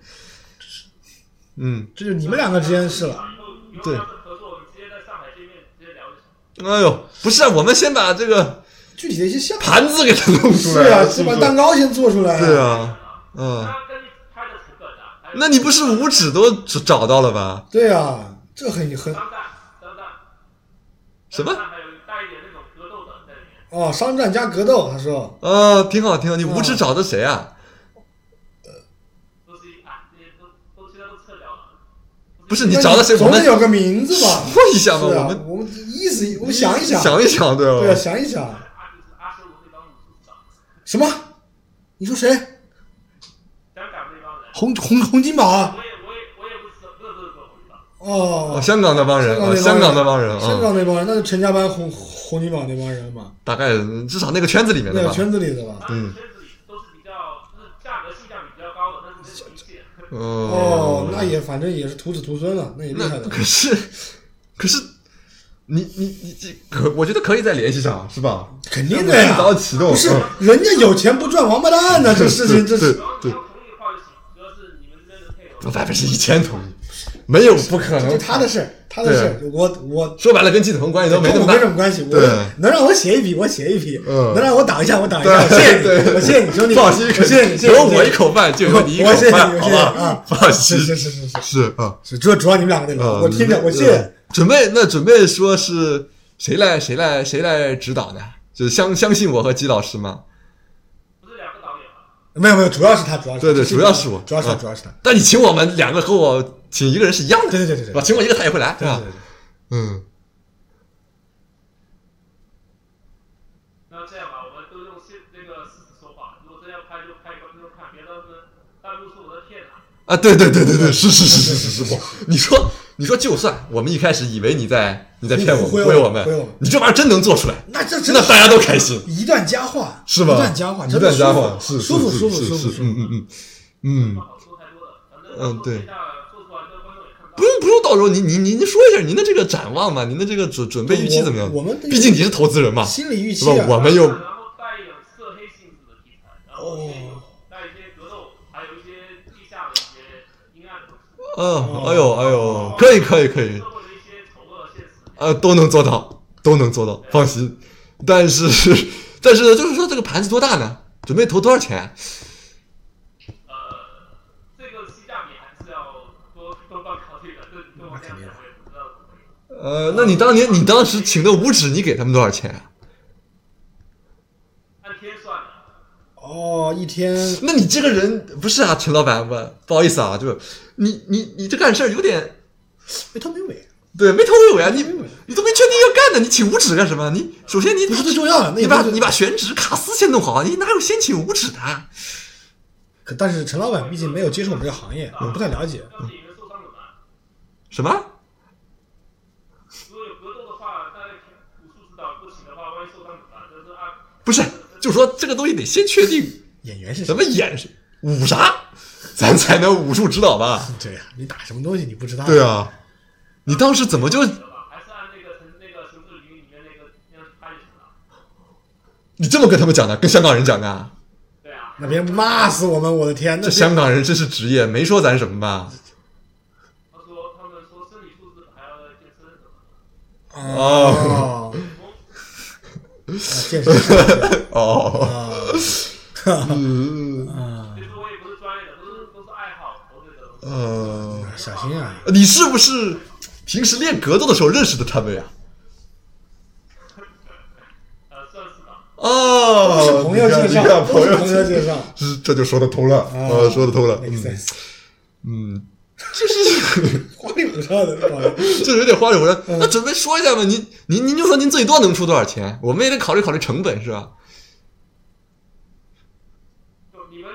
嗯，
这就是你们两个之间的事
啊
了。
以后
对
要是合作，我们直接在上海见面，直接聊就行。
哎呦，不是，我们先把这个
具体的一些项目
盘子给他弄出
是
来，
啊，
是
先
不
把
是？
蛋糕先做出来。
对，啊，嗯，
他跟你拍的挺梗的，还
那你不是五指都找到了吧？
对啊，这很很
张旦，张旦，
呃什么
张旦还有带一点那种格斗的在里面。
哦，商战加格斗，他说
啊，挺好挺好，你五
嗯
指找的谁啊？
都是一啊，这些都都现在都撤掉了。
不是你找的谁？我
总
们
得有个名字 吧？
说一下吧，
是啊
我们
我们意思，我们想一想，
想一想，对
对啊，
吧？
想一想
阿就是阿修罗那帮武术指导，
什么？你说谁？
香港那帮人，
洪洪洪金宝啊？
我也我也我也不知道，不是不是不是不知道。
哦
哦，，香港那帮人啊，香港那帮人
香
啊，
港那帮人，那就陈家班、洪洪金宝那帮人嘛，
大概至少那个圈子里面的
那个
吧。
啊圈子里的吧。
他
嗯
们圈子里都是比较，就是价格性价比比较高的，但是没有一切。
哦
哦，，那也反正也是徒子徒孙了，那也厉害
那
的。
可是，可是，你你你这可，我觉得可以再联系上，是吧？
肯定的呀
尽早启动，
不是
嗯
人家有钱不赚王八蛋呢，这事情这
对
是
然后你要同意的话就行，主要是你们这边的配合。
我百分之一千同意，没有不可
这
能。
是他的事儿，他的事儿，我我
说白了，跟季子鹏关系都没那
跟
么
我没什
大。
么关系，我
对
能让我写一笔，我写一笔；
嗯
能让我挡一下，我挡一下。
对
我谢
对
谢你，我谢谢你，兄 弟，
放心，
我谢谢你，谢谢
有
你
我一，口饭就有你一口
我谢谢
饭，
你，我
好
谢谢你
吧
啊！！
放
是
心，
是是是是
是啊，
是，主要主要你们两个得聊，
啊
我听
你
着，我
们
谢谢。
准备那准备说是谁来谁来谁来指导呢？就是相相信我和季老师吗？
不是两个导演吗？
没有没有，主要是他，主要是
对对
这是
主要是我
主要是他，
嗯
主要是他。
但你请我们两个和我请一个人是一样的，
对对对对
是
对
吧？请我一个他也会来，
对
吧
对？对。
嗯，
那这样吧，我们都用现那个事实说话。如果真要拍，就拍观众看，别到时候弹幕说我在骗啊。
啊，对对对对对，是是是是是是，我你说你说，就算我们一开始以为你在你在骗我们，
忽悠
忽悠我
忽悠我
们
们，
你这玩意儿真能做出来，
那这真
那
的
大家都开心，
一段佳话，
是吧？
一段佳话，
一
真的
段
舒
佳
服
话，是
舒服
是
舒服
是
舒服
是
舒
嗯
服。
嗯嗯嗯
不，好说太多了，反正
嗯对
线下做出来，这个观众也看到
不。用不用，到时候您您您您说一下您的这个展望嘛，您的这个准准备预期怎么样？
我我们对
毕竟你是投资人嘛，
心理预
是
期
吧？
啊，
我们又
然后带有色黑性质的题材，
哦
然后也有带一些格斗，还有一些地下的一些阴暗的东西，
嗯，哎呦哎呦，可以可以可以
社，会的一些丑恶的现实。
呃，都能做到，都能做到，放心。但是 但是就是说这个盘子多大呢？准备投多少钱？
呃，这个性价比还是要多多多考虑的。这跟我这样讲，我也不知道怎么样。
呃，那你当年你当时请的五指，你给他们多少钱啊？
按天算的，
哦，一天
那你这个人不是啊，陈老板，我不好意思啊，就是你你你这干事儿有点
没头没尾，
对没头没尾啊，你你都没确定要干的，你请五指干什么？你首先你
不是最重要的。那
你
也
把
不是
你把选址卡斯先弄好啊，你哪有先请五指的啊？
可但是陈老板毕竟没有接触我们这个行业，我不太了解。
要是有人受伤怎么办？
什么？
如果有格斗的话，那武术指导不行的话，万一受伤怎么办？这是按
不是，就说这个东西得先确定
演员是
怎
谁？
么演是武啥，咱才能武术指导吧？
对呀、你打什么东西你不知道？
对，啊，你当时怎么就
吧？还是按那个陈那个《熊志凌》里面那个那样拍就行了。
你这么跟他们讲的，跟香港人讲啊？
对啊，
那别人骂死我们，我的天！那
这香港人真是职业，没说咱什么吧？
他说他们说身体素质还要健身什么的，
哦，
嗯
啊健身
哦，
啊
嗯
啊
其实我也不是专业的，都是都是爱好投资者。
呃，
小心啊！
你是不是平时练格斗的时候认识的他们呀？
呃，算是吧。
都是
哦，
朋友介
你看
绍，
朋
都是
友
朋友介绍，
这这就说得通了，
啊
呃，说得通了，
make
嗯
sense，
嗯，就是
花里胡哨的，不好意思
这有点花里胡哨。
嗯
那准备说一下吧，您您您就说您最多能出多少钱，我们也得考虑考虑成本是吧？
就你们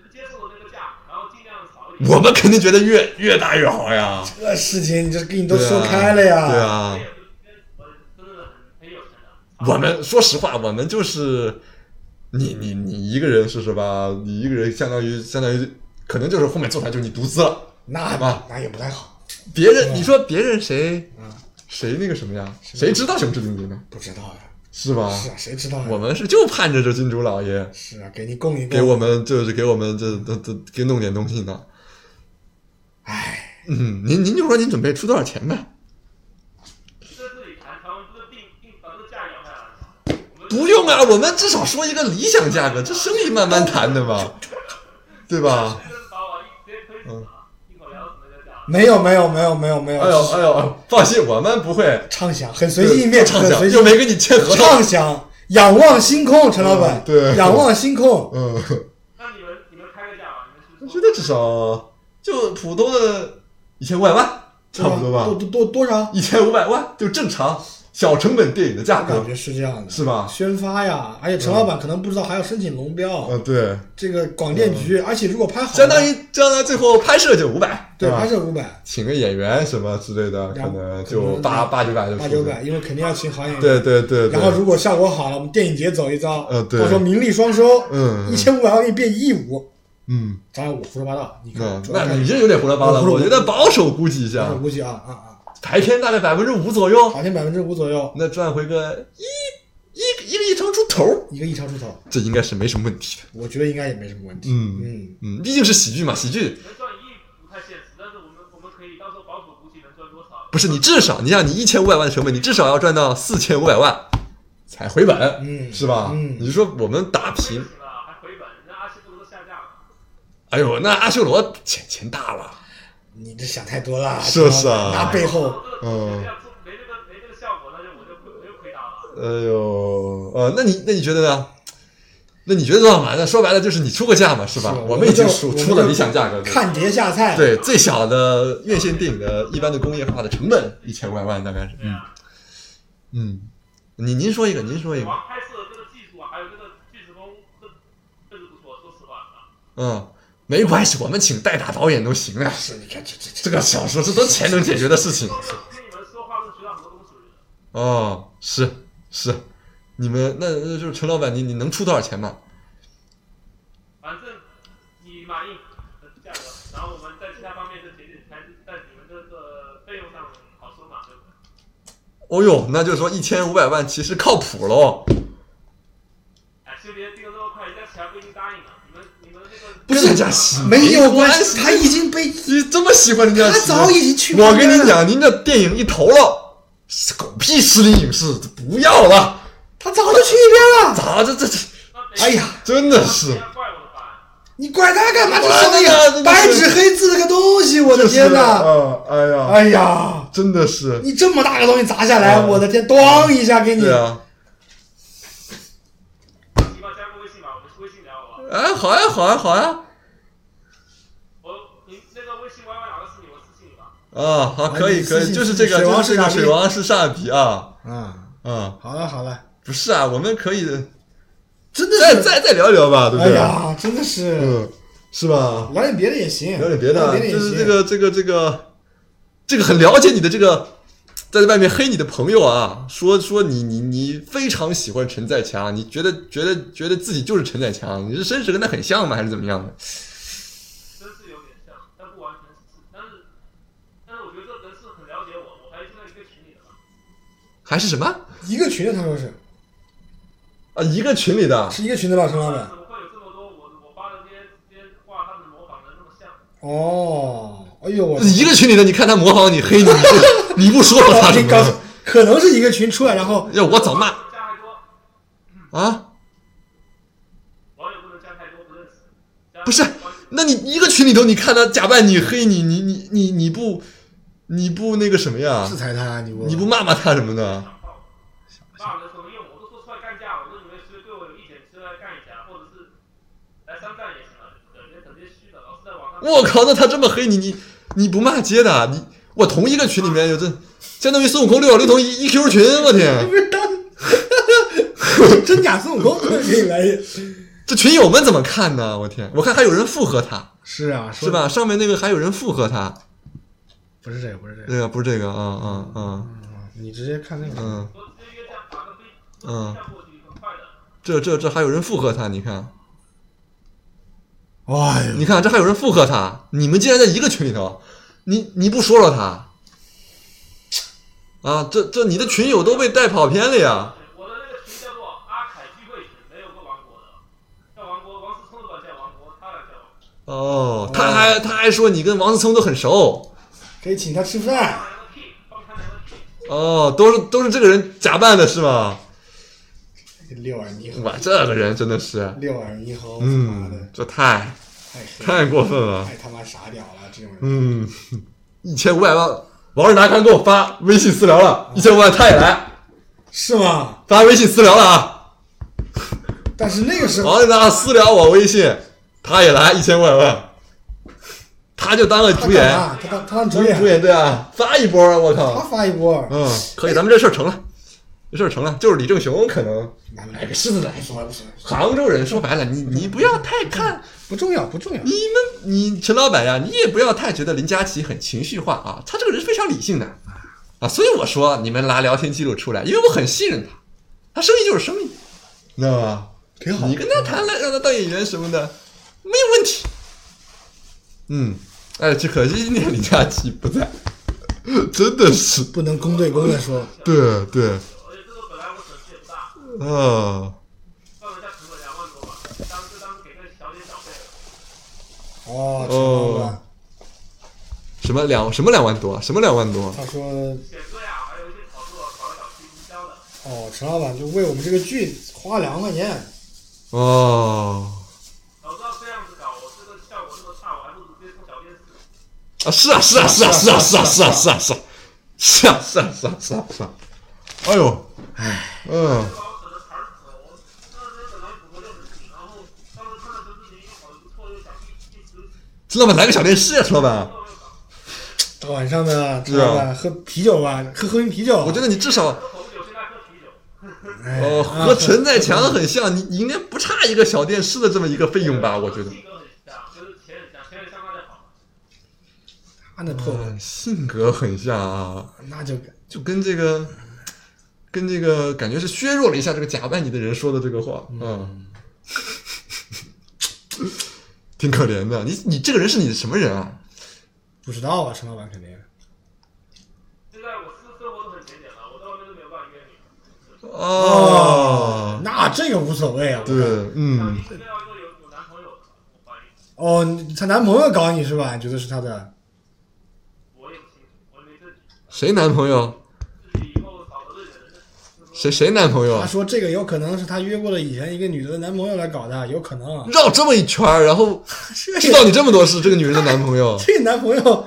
能接受的那个价，然后尽量少一点。
我们肯定觉得越越大越好呀，
这事情你这给你都说开了呀！
啊对啊
我，也不是我真的很很有钱的。
我们说实话，我们就是你你你一个人试试吧，你一个人相当于相当于可能就是后面坐台就是你独资了，
那
啊
那也不太好，
别人你说别人谁
嗯
谁那个什么呀？谁知道熊市林林呢？
不知道呀。
是吧？
是啊，谁知道呀？
我们是就盼着这金主老爷
是啊，给你供一供。
给我们就是给我们这这这给弄点东西呢。
哎，
嗯，您您就说您准备出多少钱呗？
在这里谈，咱们不是定定把这个价摇下来了吗？我们
不用啊，我们至少说一个理想价格，这生意慢慢谈的嘛，对吧？
真的把我一直接推死了，一口咬死那个价。
没有没有没有没有没有，
哎呦哎呦，放心，我们不会
畅想，很随机应变，
畅
很
想
随机
又没跟你签合同。
畅想，仰望星空，陈老板
嗯，对
仰望星空，
嗯，
那你们你们开个价吧，你
我
们是
觉得至少就普通的一千五百万，差不多吧
多，多多多少？
一千五百万就正常小成本电影的价
我感
格，
觉是这样的，
是吧
宣发呀，而且陈老板可能不知道还要申请龙标，
嗯，对，
这个广电局，而且如果拍好了，
相当于啊将来最后拍摄就五百，
对
吧
拍？摄五百
请个演员什么之类的，可
然后
能
可
就
能
八八九百就
八
出
九
去
百，因为肯定要请好演员。
对对对对。
然后如果效果好了，我们电影节走一遭，
呃对
到时候名利双收，
嗯
一千五百万给你变一亿五。
嗯，
当然我胡说八道，你看
嗯，，
主要
那
看
你这有点胡说八道。
我
我觉得保守估计一下
我，估计啊啊啊，
排片大概百分之五左右，
好像百分之五左右，
那赚回个一一一个一成出头，
一个异常出头，
这应该是没什么问题的。
我觉得应该也没什么问题。
嗯
嗯，
嗯，毕竟是喜剧嘛，喜剧
能赚一亿不太现实，但是我们我们可以到时候保守估计能赚多少？
不是你至少你像你一千五百万的成本，你至少要赚到四千五百万才回本，
嗯
是吧？
嗯
你说我们打
亏
平
不，起了，还回本，那阿西不都下架了？
哎呦，那阿修罗钱钱大了。
你这想太多了，
是不是啊
那背后，
嗯
要做没这个没这个效果，那就我就亏我就亏大了。
哎呦，呃，那你那你觉得呢？那你觉得多少嘛？那说白了就是你出个价嘛，是吧？
是啊
我
我
们已经
就
出
我们
出了
就
理想价格，对
看碟下菜。，
对最小的院线电影的一般的工业化的成本一千五百万大概是，
对
嗯
啊，
嗯，您您说一个，您说一个，
光拍摄这个技术啊，还有这个锯齿工，这这是不错，说实话啊。
嗯，没关系，我们请代打导演都行啊，
是你看这这
这个小说这都钱能解决的事情
都是听你们说话能学到很多东西。
哦，是是，你们那那就是陈老板，你你能出多少钱嘛？
反正你满意的价格，呃然后我们在其他方面的节点，还是在你们这个费用上好说嘛，对不对？
哦呦，那就是说一千五百万其实靠谱喽，
哎，就别定得这么快，人家起来不一定答应啊。你们你们这个
不是人家喜
没有
关
关系，他已经被
你这么喜欢人家
他
喜剧？
早已经去。
我跟你，讲，您这电影一投了，狗屁失灵影视不要了，
他早就去一边了。
咋这这这
那得
哎，呀，
真的是
不要怪我的吧？
你怪他干嘛？这
管他
生
呢
意白
这是
纸黑字这个东西，我的天
哪！
哪！
啊哎呀，
哎呀，
真的是，
你这么大个东西砸下来，
嗯
我的天，咣一下给你
对。啊，
你把加个微信吧，我们微信聊好吧。
哎，好呀，好呀，好呀，
我你那个微信 YY 哪个是你？我私信你吧。
啊，好，可以，
哎你
可
私
以，
信
就是这个，
水王
就是这
是
个
傻逼
水王是傻逼啊，
啊，
啊，
好了好了，
不是啊，我们可以
真的
再
是，
再再聊一聊吧，对不
哎
对？
呀，真的是。
嗯，是吧？
聊点别的也行，
聊点别的啊，
也
就是
行
这个这个这个这个很了解你的这个在外面黑你的朋友啊，说说你你你非常喜欢陈在强，你觉得觉得觉得自己就是陈在强，你是身世跟他很像吗？还是怎么样的？
真是有点像，但不完全是。但是，但是我觉得这人是很了解我，我还是在一个群里的嘛。
还是什么？
一个群的，他说是
啊，一个群里的，
是一个群的吧，陈老板
怎？么会有这么多我我发的这些这些话，他们模仿的那么像？
哦，哎呦我，
一个群里的，你看他模仿你黑你，你不你不 说我操你
你搞
妈！
可能是一个群出来，然后
要我早骂
加太多，
啊！
网友不能加太多不认识。加
不是那你一个群里头，你看他假扮你黑你，你你你你不你不那个什么呀
制？裁他，你不
啊你不骂骂他什么的？
骂我的时候，因为我都说出来干架，我说你们是对我有意见，出来干一架，或者是来商战也行了，感觉肯定虚的，老是在网上。
我靠，那他这么黑你，你你不骂街的？啊你我同一个群里面有这，相当于孙悟空、六小龄童一一 Q 群，我天！
不 是当真假孙悟空可以来也
这群友们怎么看呢？我天，我看还有人附和他，
是啊，说
是？吧？上面那个还有人附和他，
不是这个，不是这个，
对啊，不是这个，啊啊
你直接看那
啊，
个，
嗯，
我直接约架，打个飞，
嗯
跳过去很快的。
这这这还有人附和他，你看，
哎呦，
你看，这还有人附和他，你们竟然在一个群里头，你你不说说他，啊，这这你的群友都被带跑偏了呀，
我的那个群叫做阿凯聚会群，没有个王国的，叫王国，王思聪都管叫王国，他俩叫王国。
哦，他
哎
还他还说你跟王思聪都很熟，
可以请他吃饭。
放两个屁，放他两个屁。
哦，都是都是这个人假扮的是吗？
六耳猕猴，
哇，这个人真的是，
六耳猕猴，妈的
嗯，，这太
太黑了，
太过分了。
哎太他妈傻屌了，这种人。
嗯，一千五百万，王二达刚给我发微信私聊了，一千五万他也来
是吗？
发微信私聊了啊，
但是那 个时候
王二达私聊我微信，他也来一千五百万，他就当个
他
主
干
演，
嘛？他当他当
主
主演，
主演对啊，发一波，我
他
靠，
发一波，
嗯，可以，咱们这事儿成了，这事儿成了，就是李正雄可能
哪哪个狮子来说不是
杭州人，说白了，你你不要太看
不重要，不重要。
你们，你陈老板呀，你也不要太觉得林佳琪很情绪化啊，他这个人是非常理性的啊，所以我说你们拿聊天记录出来，因为我很信任他，他生意就是生意，你知道吧？
挺好
你跟他谈了，让他当演员什么的，没有问题。嗯，哎，只可惜今年林佳琪不在， 真的是，
不能公对公的说，
对对，
而且这个本来我损失也不大，
啊，
放人家成本两万多吧，当就当给个小点小费。
哦，陈老板，
什么两什么两万多，什么两万多，啊
他说，
写歌呀，还有一些炒作，搞来搞去营销的。
哦，陈老板就为我们这个剧花两万块钱，
哦。
早知道这样子搞，我这个效果这么差，我还不如直接做小电视。
啊，是啊，是啊，是啊，是啊，是啊，是啊，是啊，是啊，是啊，是啊，是啊，是啊，哎呦，哎，嗯，
把我整的惨死了。我当时本来补个六十几，然后当时看到刘志明搞得不错，又想一一直
陈老板来个小电视，陈老板，
做又搞，
大晚上的，陈老板喝啤酒吧，喝喝瓶啤酒。
啊我觉得你至少，
喝红酒现在喝啤酒，
哎
哦，
啊
和陈在强很像，你你应该不差一个小电视的这么一个费用啊吧？我觉得，
性格很像，就是钱很像，钱很像那就好。
他那破玩意
嗯性格很像啊，
儿，那就
就跟这个，跟这个感觉是削弱了一下这个假扮你的人说的这个话，嗯， 挺可怜的，你你这个人是你什么人啊？
不知道啊，陈老板肯定。
现在我私生活都很节俭了，我到外面都没有办法约你。
哦。
那这个无所谓啊。我
对，嗯
你，是要一个有有男朋友的，我怀疑，
哦，你她男朋友搞你是吧？你觉得是她的？
我也不清楚，我也没证据。
谁男朋友？
自己以后找个日本人，
谁谁男朋友啊
她？说这个有可能是她约过的以前一个女的的男朋友来搞的，有可能。啊
绕这么一圈儿，然后
这
知道你这么多事，这个女人的男朋友，
这个男朋友
男朋友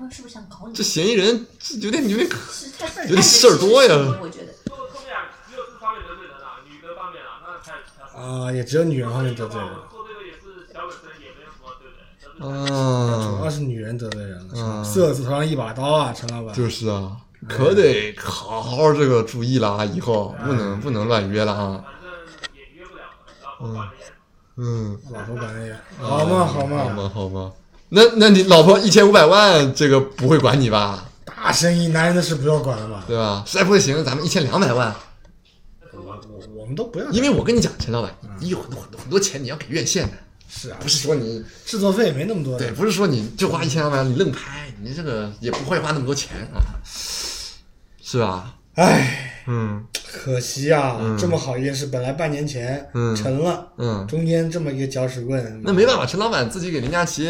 哎是不是想搞你
这？嫌疑人这有点有点可，
是 太
有点事儿 多呀
我觉得
说到后面只有这方面得罪人了，女的方面啊，那太太好了。
啊，也只有女人方面得罪人，
做这个也是小本生意，也没有什么对不对？得罪人
主
啊
要，是女人得罪人了是吧
嗯，
色字头上一把刀啊，陈老板。
就是啊，可得好好这个注意了啊，以后不能不能乱约了啊，
反正也约不了了，然后管着严。
嗯，
老婆管的也好嘛好
好
嘛，
吗好吗？那那你老婆一千五百万，这个不会管你吧？
大生意男人的事不要管了嘛。
对吧？实在不行，咱们一千两百万，
我我我们都不要管，
因为我跟你讲，陈老板，你有很多很多很多钱你要给院线的，
是啊
不，是说你
制作费没那么多
对，
的，
不是说你就花一千两百万，你愣拍，你这个也不会花那么多钱啊，是吧？
唉，
嗯，
可惜啊，
嗯
这么好一件事，本来半年前
嗯
成了，
嗯，
中间这么一个搅屎棍，
那没办法，陈老板自己给林佳琪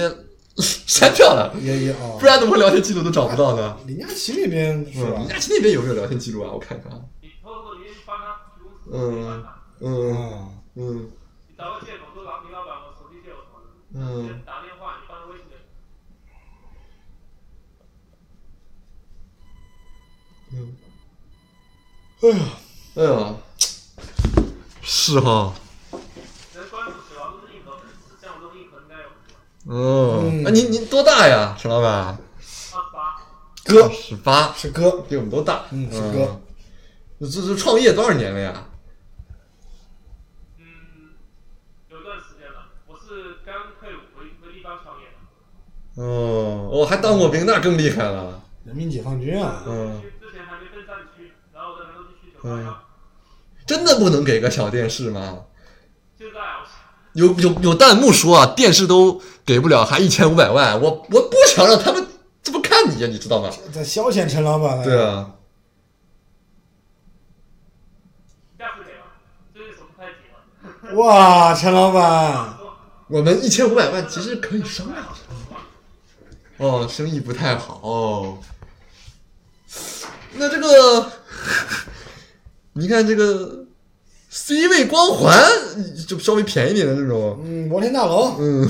删 掉了，
也也哦
不，然怎么聊天记录都找不到呢？
李佳琦那边是
嗯，
吧
林？佳琪那边有没有聊天记录啊？我看看啊。
你偷偷你帮他公司
嗯嗯
嗯，
嗯
你找个借口说老李老板我手机借我什么的，
嗯，
打电话你帮他微信给他
哎呀，
哎呀，是哈，
能关注起来都是硬核粉丝，像我这种硬核应该有
嗯，
嗯
啊，您您多大呀，陈老板？
二十八，
哥
十八，
是哥，
比我们都大。
嗯是哥
这这这创业多少年了呀？
嗯，有一段时间了，我是刚退伍回回地方创业的，
哦，我还当过兵，那更厉害了。
人民解放军啊，
嗯
去之前还没分战区，然后我在兰州地区九八幺，
真的不能给个小电视吗？
现在啊我
有有有弹幕说啊，电视都给不了，还一千五百万，我我不想让他们这么看你呀，你知道吗？
在消遣陈老板了。
对，啊，
下次给吧，最近手不太紧了。
哇，陈老板，
我们一千五百万其实可以商量。哦，生意不太好。哦、那这个，你看这个 C 位光环，就稍微便宜点的这种，
嗯，摩天大楼，
嗯。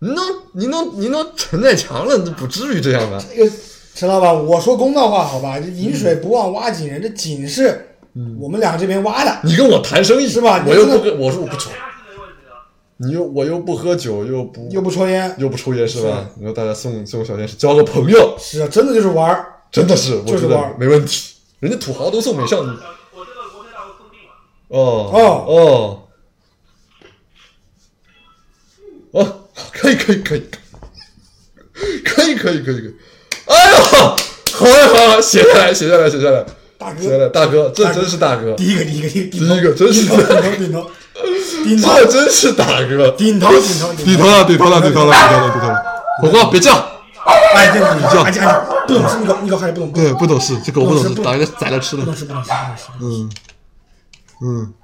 您都您都您都沉在墙了，这不至于这样吧？
这个陈老板，我说公道话好吧，这井水不忘挖井人，这井是
嗯
我们俩这边挖的，
你跟我谈生意
是吧
我又
你真
不
的
跟我说我不抽
抽，，是没问题的。
你又我又不喝酒，又不
又不抽烟，
又不抽烟是吧？你说大家送送小电视，交个朋友，
是啊，真的就是玩儿，
真的是，我
就是
觉
玩
得
儿
没问题。人家土豪都送美少女
我这个摩天大楼送定了，
哦
哦
哦哦，可以可以可以可以可以可以可以，哎呦，好呀好呀，写下来写下来写下来
大
写下
哥，
来，大哥，这
大哥
真是大哥，
第一个，第一个，第一个，
第一个真是
顶头，顶头，顶头，
这真是大哥，
顶头，顶头，顶头，顶头，
了，顶头了，顶头了，顶头了，顶头了，火锅别叫，
哎，这你叫，哎这哎这不懂吃，你搞，你搞还不懂，不
对，不懂事，这狗
不懂事不懂
打开宰了吃
懂吃，不懂吃，不懂吃。
嗯嗯，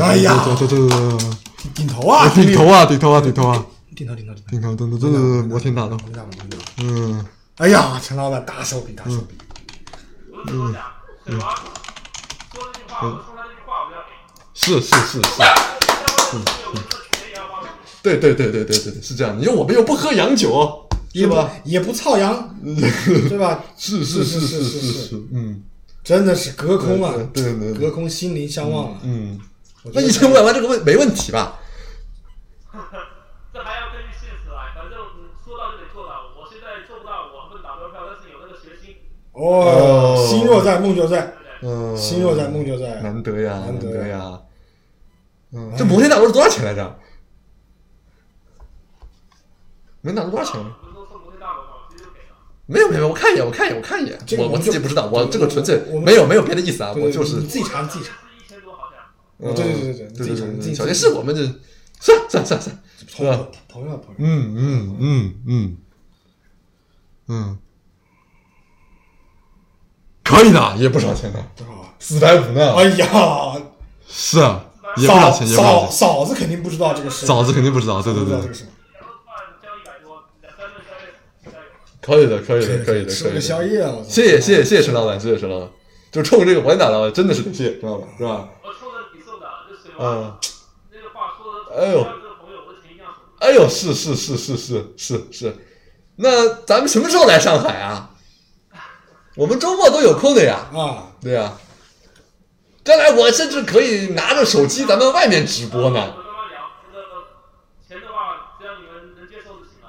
哎呀
对对对对对。
顶头啊，
顶头啊，顶头啊，顶头啊，
顶头，顶头，
顶
顶头，
头，等等等等，摩天大楼，
我们俩，我们俩。
嗯，
哎呀，陈老板，大手笔，大手笔，
我只能讲，水王说这句话，我说他这句话，我就要给。
是是是是，
要不然我这个钱也要帮你。
对对对对对对对，是这样的，因为我们又不喝洋酒，
也
是
不
吧？嗯
也不操羊，对吧？
是是是是是是，嗯，
真的是隔空啊，
对对对对
隔空心灵相望啊。
嗯，
我觉
那
得
一千五百万这个问没问题吧？
这还要根据现实来，反正说到就得做到。我现在做不到，我不能打标票，但是有那个决心，
哦，心若在，梦就在，
对不对？
嗯，
心若在，梦就在。
难得呀，
难
难
得呀
得呀，嗯，这摩天大楼是多少钱来着？摩天大楼多少钱？
不是都送摩天大楼吗？我直接就给了。
没有没有，我看一眼，我看一眼，我看一眼
这，个
我
我
我
们
自己
就
不知道，我
对
这个
我
纯粹
我们
没有没有别的意思啊，
对
我
对
就是
你自己查，你自己查。
是一千多好像。
嗯
哦对对对对你
对
自己查你自己
小
查
电视我们这算算算算，
朋友，朋友，朋友，
嗯嗯嗯嗯嗯，可以的，也不少钱呢，
多少啊？
四百五呢
哎呀，
是啊，也不少
嫂
钱，也不少
嫂
钱，
嫂子肯定不知道这个事，
嫂子肯定不知道，对对
不知道
对对
这个，事。
然后饭交一百多，两三顿下来，加油。
可以的，可以的，可
可
以的，
吃
可
了
以的，
个宵夜啊！我操
谢谢谢谢谢谢陈老板，谢谢陈老板，就冲这个文打老板真的是得谢，知道吧？是吧？
我抽的你送的，这水王
嗯，
那个话说的，
哎呦
这个朋友，我的钱一定要送。
哎呦，是是是是是是是，那咱们什么时候来上海啊？我们周末都有空的呀。
啊！
对呀、将来我甚至可以拿着手机，咱们外面直播呢
我。跟他聊，这个钱的话，只要你们能接受就行了。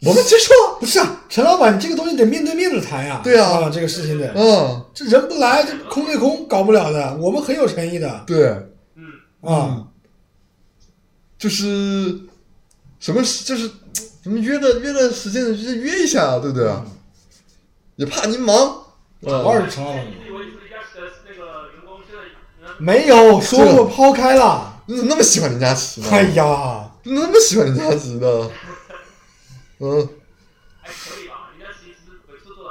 我们接受啊，
不是啊，陈老板，你这个东西得面对面的谈呀。
对啊
这个事情得，
嗯，
这人不来，这空对空搞不了的。我们很有诚意的
对，
嗯，
啊。
就是什么时，就是咱们约个约个时间，就是约一下，啊对不对？也怕您忙，
我
啊，
是陈老板，
你以为是人家的那个员工，现在人
没有说
这
过抛开了。
你怎么那么喜欢林佳琪呢？
哎呀，
你怎么那么喜欢林佳琪呢？嗯，
还可以吧？人家其实每次做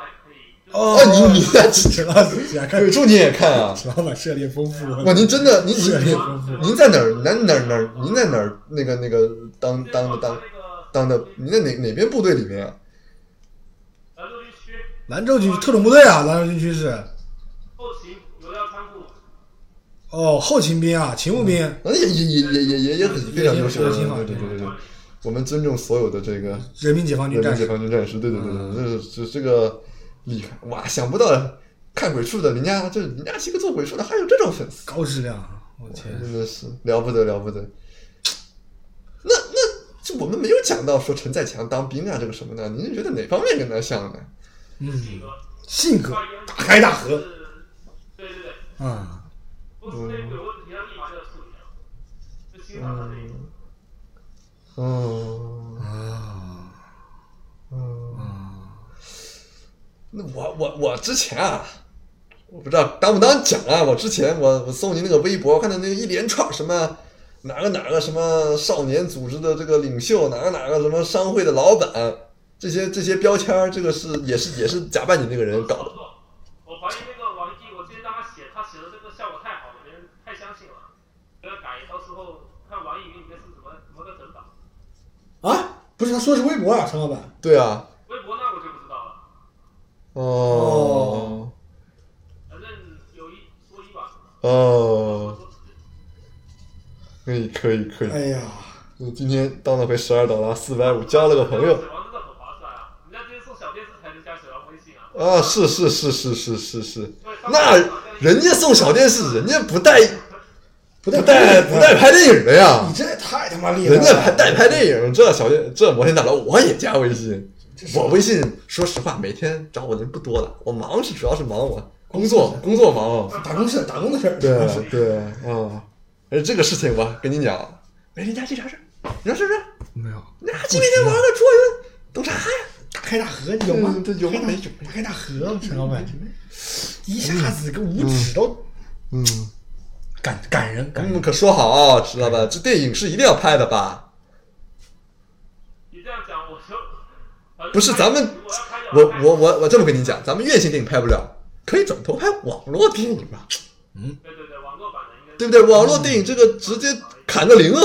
哦
啊你你
陈老师竟然看
鬼畜你也看啊？
陈老板涉猎丰富，
哇，您真的，您您
是
您您在哪儿？哪哪儿哪儿？您在哪儿？那个那个当当的当当的，您在哪哪边部队里面啊？
兰州军区
兰州军区特种部队啊，兰州军区是
后勤油料仓库，
哦，后勤兵啊，勤务兵，
那也也也也也也也很非常优秀，
也
对
挺好
对对
挺好
对对，我们尊重所有的这个
人民解放军
人民
战
解
士。嗯
放军战士，对对对对，对这这这个厉害哇！想不到看鬼畜的人家，这人家是个做鬼畜的，还有这种粉丝，
高质量，我天！
真的是了不得了不得。那那这我们没有讲到说陈再强当兵啊这个什么的，您是觉得哪方面跟他像呢？
性
嗯，
格
性格
大
大开大合。
对对对，
啊，
公司内部有问题，他立马就要处理掉，就欣赏他这一点。
嗯
啊
嗯。
啊！
那我我我之前啊，我不知道当不当讲啊。我之前我我搜你那个微博，我看到那个一连串什么哪个哪个什么少年组织的这个领袖，哪个哪个什么商会的老板，这些这些标签儿，这个是也是也是假扮你那个人搞的。
错，我怀疑那个王毅，我之前让他写，他写的这个效果太好了，别人太相信了，不要改，到时候看王毅给你们是怎么怎么个整法。
啊，不是，他说的是微博啊，陈老板。
对啊，
微博那我就不知道了，
哦
反正有一说一吧。
哦，可以可以可以。
哎呀，
我今天当了回十二岛了，四百五，交了个朋友
小王真的很划算啊！人家直接送小电视才能加小王微信啊。
啊，是是是是是是是。
对
那人家送小电视，人家不带
不
不
带
带不带，拍电影的呀
你，这也太他妈厉害
人
了！
家拍带拍电影，这小电这摩天大楼我也加微信，我微信说实话每天找我的人不多了，我忙是主要是忙我工作工作忙，
打工事，打工的事儿。
对对啊，而这个事情我跟你讲，没人家这啥事儿，你说是不是？
没有
那今天玩个桌游，懂啥呀？
大开大合，有吗
嗯？对有吗
大开大
没有
大开大合，陈老板，一下子个五指都
嗯，
感感人，感
咱
人
们。可说好啊，知道吧？这电影是一定要拍的吧？
你这样讲，我就
不是咱们
我要开
我我我我这么跟你讲，咱们院线电影拍不了，可以转头拍网络电影吧。
对对对，网络版的应该
对不对？网络电影这个直接砍个零啊，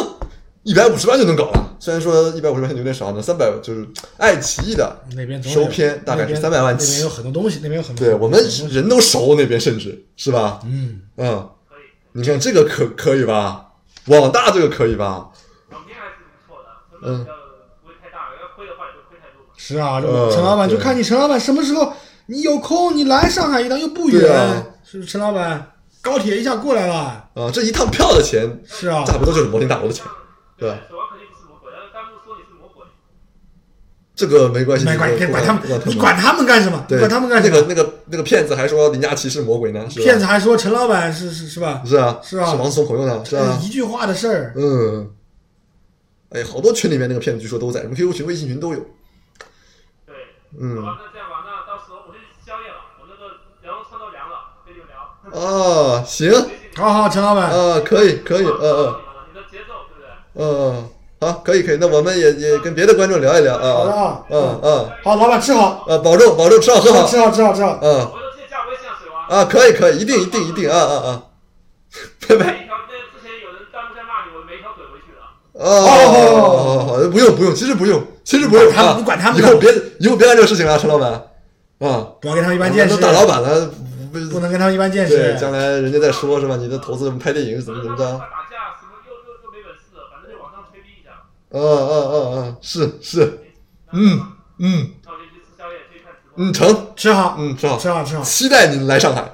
一百五十万就能搞了。虽然说一百五十万有点少呢，三百就是爱奇艺的
那边总有
收片大概是
那边
三百万
那边有
起。
很多东西，那边有很多。
对我们人都熟那边，甚至是吧？
嗯，
嗯，
可以。
你看这个可可以吧？网大这个可以吧？
网片还是不错的，成
嗯
本比较不会太大，要亏的话也就亏太多嘛。
是啊，这
呃
陈老板就
对
看你陈老板什么时候你有空，你来上海一趟又不
对
远，
啊
是不是？陈老板高铁一下过来了，
啊，这一趟票的钱
是啊，
差不多就是摩天大楼的钱
像，对，小王肯定不是魔鬼，但是弹幕说你是魔鬼，
这个没关系，
没关系，别管他们
这个，
你管他们干什么？你
对
管他们干什
那
么？
个那个那个骗子还说林佳琪是魔鬼呢，是吧？
骗子还说陈老板是是是吧？
是啊，
是啊
是王思聪朋友呢，是啊
这，一句话的事儿，
嗯，哎，好多群里面那个骗子据说都在，什么 QQ 群、微信群都有。
对。好
嗯
吧，那这样吧，那到时候我去宵夜了，我那个羊肉串都凉了，跟你们聊。
啊，行
好好，陈老板，
啊，可以可以，嗯嗯
你的节奏对不对？
嗯，好，可以可以，那我们也也跟别的观众聊一聊
好的
啊，
啊，
嗯嗯
好，老板吃好，
啊，保重保重，吃好喝好，
吃好吃好吃好，
嗯
我就先加微信啊，水王。
啊，可以可以，一定一定一定，啊啊啊，拜拜
每一条那之前有人弹幕在骂你，我每一条怼回去了。
啊，好好好，不用不用，其实不用，其实不用啊，以后别以后别干这个事情了，陈老板，啊，
不要跟他们一般见识
都，大老板了，不
不能跟他们一般见
对，
识。
将来人家再说是吧？你的投资什么拍电影怎么怎么着？
打架什么又又又没本事了，反正就往上吹逼一下。
嗯嗯嗯嗯，是是，嗯嗯
那我就去吃宵夜，去看直播。
嗯，成，
吃好，
嗯，吃好，
吃好吃好，
期待你来上海。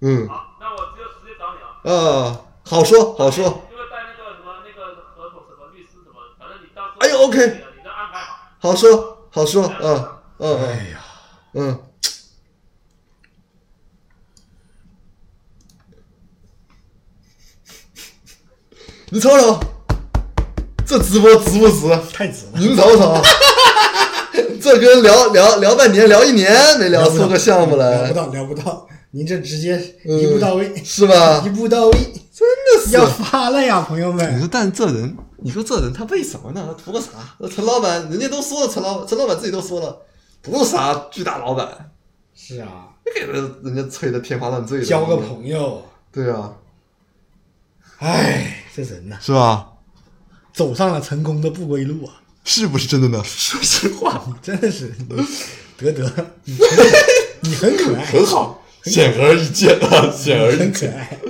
嗯
好，那我就直接找你了。
啊，好说好说，
因为带那个什么那个合同什么律师什么，反正你到时候
哎呦，OK
你都安排好。
好说好说，嗯嗯
哎呀，
嗯嗯，你瞅瞅，这直播值不值？
太紫了。
您瞅瞅， 这跟聊聊聊半年、聊一年没聊出个项目
聊
来
不，到，聊不到，您这直接
嗯啊
一步到位，
是吧
一？步到位，
真的
要发了呀，朋友
你
们！
说，但这人，你说这人他为什么呢？他图个啥？那陈老板，人家都说了，陈老板，陈老板自己都说了，不是啥巨大老板，
是啊，
给人人家催的天花乱坠的，
交个朋友，
对啊，
哎，这人呐，
是吧？
走上了成功的不归路啊！
是不是真的呢？ 说实话，
你真的是，你德德，你真你很可爱，
很好，显而易见啊，显而易
很
见
可，爱。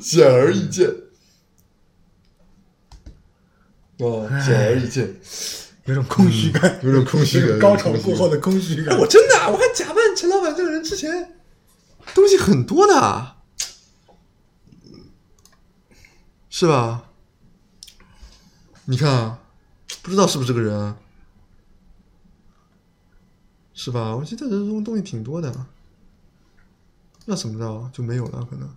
显而易见。哦，显而易见，
有种空虚感，
嗯有种空虚感
有种高潮过后的空虚
哎
感。
我真的啊，我还假扮陈老板这个人之前，东西很多的，啊是吧？你看啊，不知道是不是这个人啊，是吧？我记得人中东西挺多的，啊那怎么着啊就没有了？可能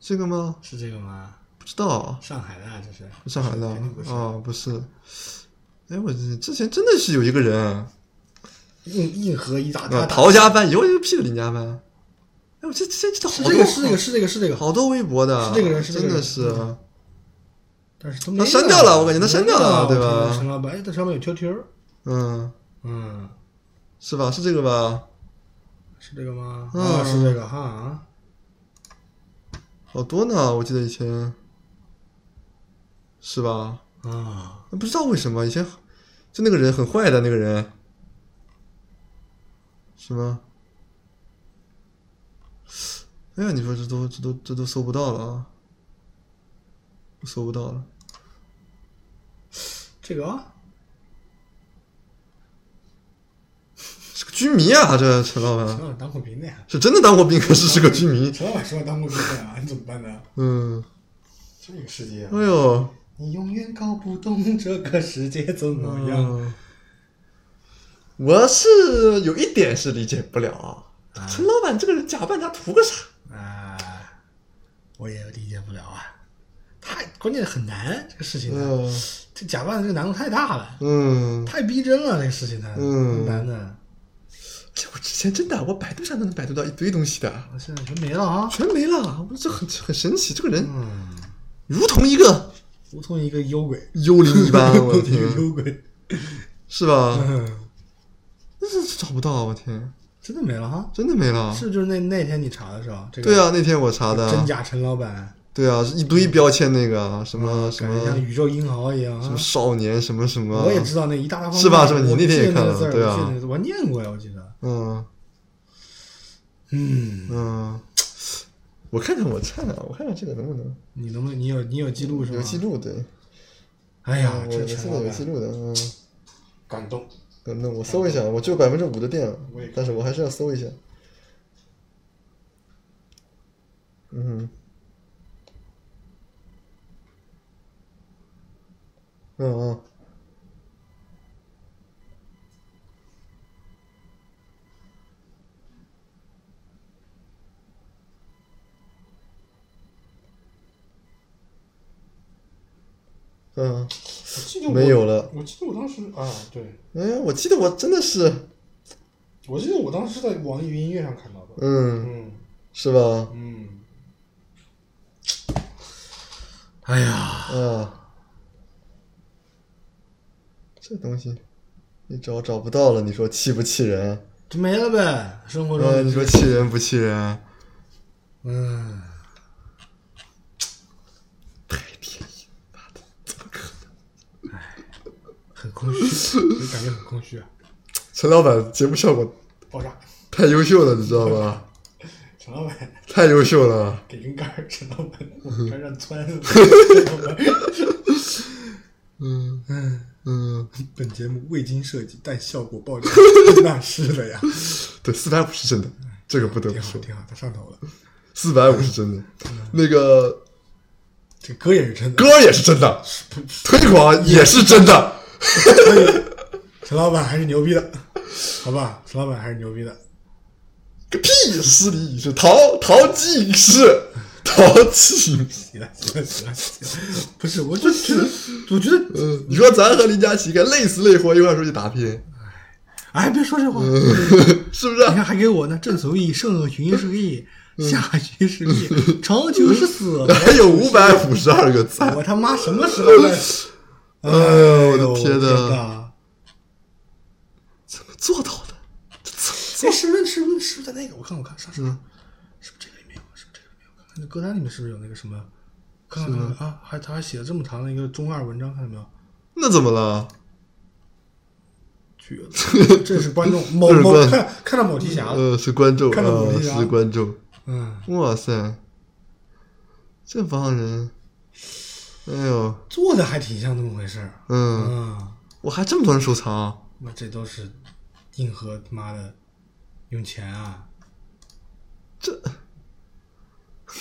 这个吗？
是这个吗？
不知道，
上海的啊，这是
上海的啊
肯定不是。
哦，不是。哎，我之前真的是有一个人啊。
硬硬核一大
啊，
他
陶家班，以后就是屁股林家班。哎，我这这这
是
好
这
多
个是这个是这个是这个，
好多微博的，
是这个人是这个
真的
人
是
嗯但是都没
他删
了
掉了我感觉他删
没啊
掉了
了，
对吧
陈老板，哎，这上面有 QQ，
嗯，
嗯，
是吧？是这个吧？
是这个吗？
嗯
啊，是这个哈啊，
好多呢，我记得以前，是吧？
啊，
不知道为什么以前就那个人很坏的那个人，是吗？哎呀，你说这都这都这都搜不到了啊，都搜不到了。
这个啊，
是个军迷啊，这陈老
陈
板
老板当过兵的呀，
是真的当过兵，可是是个军迷。
陈老板说当过兵的呀，你怎么办呢？
嗯，
这个世界啊，
哎呦，
你永远搞不懂这个世界怎么样。
嗯，我是有一点是理解不了啊，陈老板这个人假扮他图个啥？
啊，我也理解不了啊。太关键很难，这个事情呢，
嗯
这假扮的这个难度太大了，
嗯，
太逼真了，这个事情它
嗯
很难的。
这我之前真的，我百度上都能百度到一堆东西的，
现在全没了啊，
全没了。我这很很神奇，这个人
嗯，
如同一个
如同一个 幽鬼，
幽灵一般，我的
一
天，啊
个幽鬼，
是吧？
嗯，
这是找不到，我天，
真的没了哈。
真的没了。
是就是那那天你查的时候，这
啊
个
对啊，那天我查的，
真假陈老板，
对啊，是一堆标签那个啊什么什
感觉
么
像宇宙英豪嗯一样
什
啊
么。少年什么什么，
我也知道那一大大方方
是吧是吧你
我
那天也
记得
看
个
了
字儿
对啊
我记得那个字我念过呀，我记得。
嗯
嗯，
嗯，我看看我看看我看看这个能不能
你能不能你有你有记录是吧？
有记。录对，
哎
哎
呀，
我
这
现
陈
在
老
有记
板
录的，嗯，
感动。
等嗯等我搜一下，我只有百分之五的电了
我也看，
但是我还是要搜一下，嗯哼，嗯嗯。嗯，
我记得我
没有了
我记得我当时啊，对，
哎，我记得我真的是，
我记得我当时在网易云音乐上看到的。
嗯，
嗯
是吧？
嗯。哎呀，
啊，这东西你找找不到了，你说气不气人？
这没了呗，生活
啊，
中。
你说气人不气人？啊
嗯，
太便宜了，妈的，怎么可能？
很空 虚，就感觉很空虚啊，
陈老板节目效果
爆炸。
太优秀了，你知道吧？
陈老板
太优秀了，
给根杆儿，陈老 板往杆上窜。
嗯
嗯，
嗯，
本节目未经设计，但效果爆炸，那是的 呀，
对，四百五是真的，这个不得不
挺好
说，
挺好，他上头了。
四百五是真的，那个
这歌也是真的，
歌也是真 的，推广也是真的。
陈老板还是牛逼的，好吧，陈老板还是牛逼的。
个屁！失礼已是陶陶机影视，陶机影视。
行了行了行了行了，不是，我就 觉得，我觉得，
嗯，你说咱和林佳琪该累死累活一块儿出去打拼，
哎，别说这话，嗯
是不是
你？看还给我呢，正所谓上旬是义，下旬是利，长久是死。
还有五百五十二个赞
我，他妈什么时候在？
哎呦我的
呦
天
哪哎
哪！怎么做到的？这怎么
哎，是不是是不是是不是在那个？我看我看上次
嗯
是不是这个里面有？是不是这个里面有？看看那歌单里面是不是有那个什么？看看看看啊，还他还写了这么长的一个中二文章，看到没有？
那怎么了？
绝 了！这是观众某
这是
某
观
看看到某题侠，
呃，是观众
看到努
啊，
力啊
是观众。
嗯，
哇塞，这帮人，哎呦，
做的还挺像那么回事儿
嗯，
啊。
我还这么多人收藏啊，
那这都是硬核他妈的用钱啊！
这，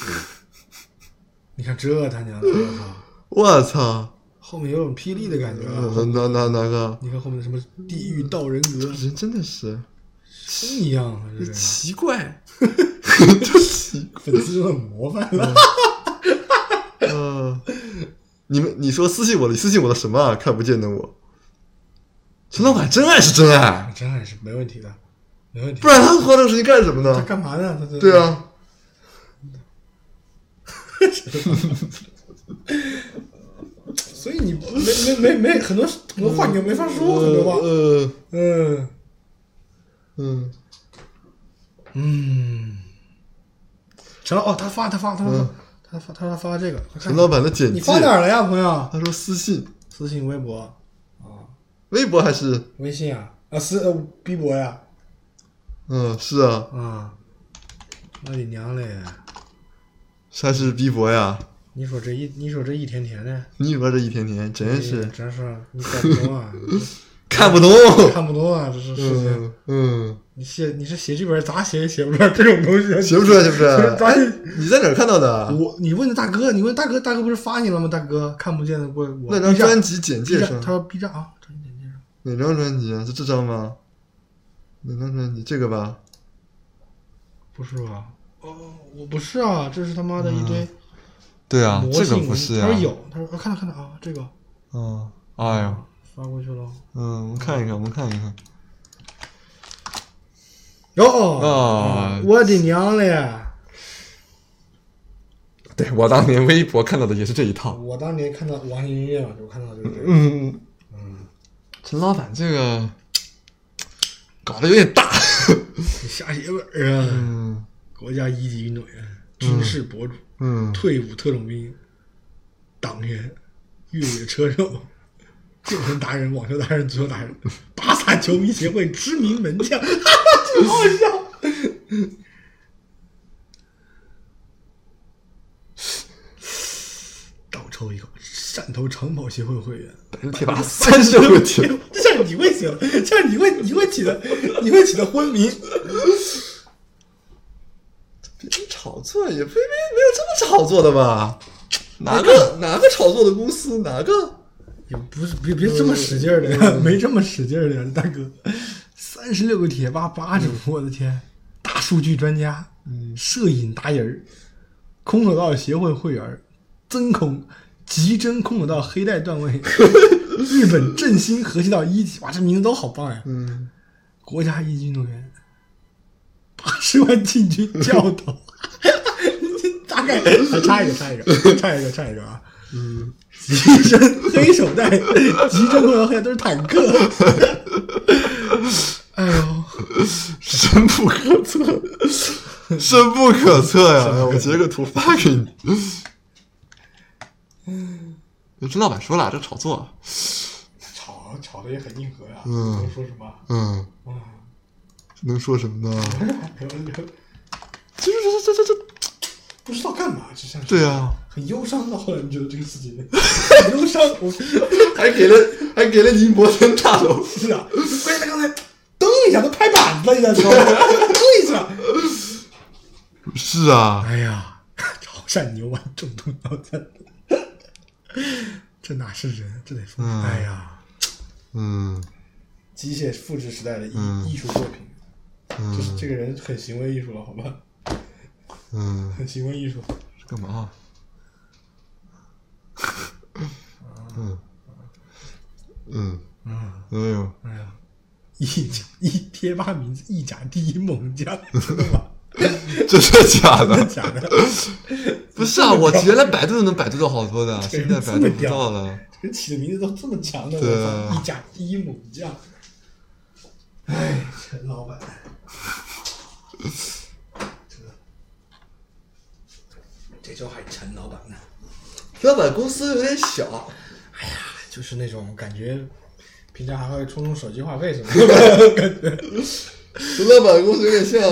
你看这他娘的，我靠！
我操！
后面有种霹雳的感觉啊！
呃哪哪哪个？
你看后面的什么地狱道人格，
人真的是
真一样啊！这是
奇怪，就奇
粉丝都很模范了。
怪。呃，你们你说私信我的，你私信我的什么啊？看不见的我。陈老板真爱是真爱，
嗯真爱是没问题的，没问题。
不然他花这个时间干什么
他
呢？
干嘛呢？他这
对，啊，
所以你没没没没很多很多话你又没法说，很多话，
呃
嗯
嗯
嗯。陈老哦，他发他发他发
嗯
他发他发这个，快看
陈老板的简
你
介，
发嗯哪儿了呀，朋友？
他说私信、
私信、微博、
微博还是
微信啊啊，私呃微博呀
嗯是啊，
啊！我的娘嘞！
还是微博呀？
你说这一你说这一天天的，
你以为这一天天真是
真是你搞不 懂啊，
看不懂。
看不懂啊，这是事情。
嗯嗯，
你写你是写剧本咋写也写不出来这种东西，
写不出来是不哎是？
咱
你在哪儿看到的？
我你问大哥，你问大哥，大哥不是发你了吗？大哥看不见的我我
那张
B 站
专辑简
B
介
站，
上
他说 B 站啊，专辑简介上
哪张专辑啊？是这张吗？哪张专辑？这个吧？
不是吧？哦，我不是啊，这是他妈的一堆
对
魔性，他说有，他说啊看到看到啊，这个
嗯，哎呦，
发过去了，
嗯，我们看一看，我们看一看。
哟，
啊
哦我的娘嘞！
对我当年微博看到的也是这一套。
我当年看到网易音乐嘛，就看到就是这个，
嗯，陈老板这个搞得有点大。
瞎写本儿啊，
嗯
国家一级运动员，军事博主。
嗯，
退伍特种兵、党员、越野车手、健身达人、网球达人、足球达人、巴萨球迷协会知名门将， 哈哈，这个好笑。倒抽一口，汕头长跑协会会员，
百度贴吧三十六个帖，
这像你会写的，这像你会你会起的，你会起的昏迷。
别人炒作也没没没有这么炒作的吧？哪个哪个炒作的公司？哪个？
也不是，别别这么使劲儿的呀，没这么使劲儿的呀，大哥，三十六个贴吧吧主，我的天，大数据专家，摄影达人儿，空手道协会会员儿，真空极真空手道黑带段位，日本振兴和气道一级，哇，这名字都好棒呀！
嗯，
国家一级运动员，八十万进军教导，大概还差一个，差一个，差一个，差一个啊！嗯，极身黑手带，极真空手黑都是坦克。哎呦，
深不可测，深不可测呀！哎呀我截个图发给你。嗯，陈老板说了，这炒作。
吵吵的也很硬核呀、
嗯
能说什么？
嗯，
嗯，
能说什么呢？
就是这这这这，不知道干嘛，就像是
对啊，
很忧伤到后来，你觉得这个事情很忧伤，我
还给了还给了宁波森大楼。
是啊，关键他刚才蹬一下都拍板子了，你在 说，蹬一下。
是啊，
哎呀， 潮汕牛丸重度脑残， 这哪是人？这得疯！
嗯
哎呀，
嗯
机械复制时代的艺、
嗯
艺术作品，就是
嗯
这个人很行为艺术了，好吧，
嗯，
很行为艺术。
干嘛？嗯嗯
嗯，
哎呦，
哎呀，一甲一贴吧名字一甲第一猛将， 真的吗？
这是假
真的
的？
假的？
不是啊，我原来百度都能百度到好多的，啊
这
现
人
在百
这么
度不
屌
到了。
这 起的名字都这么强的，
对
我
啊
操！一甲第一猛将，哎，陈老板，周海晨老板呢？
老板公司有点小，
就是那种感觉，平常还会充充手机话费什么的感觉。
老板公司有点像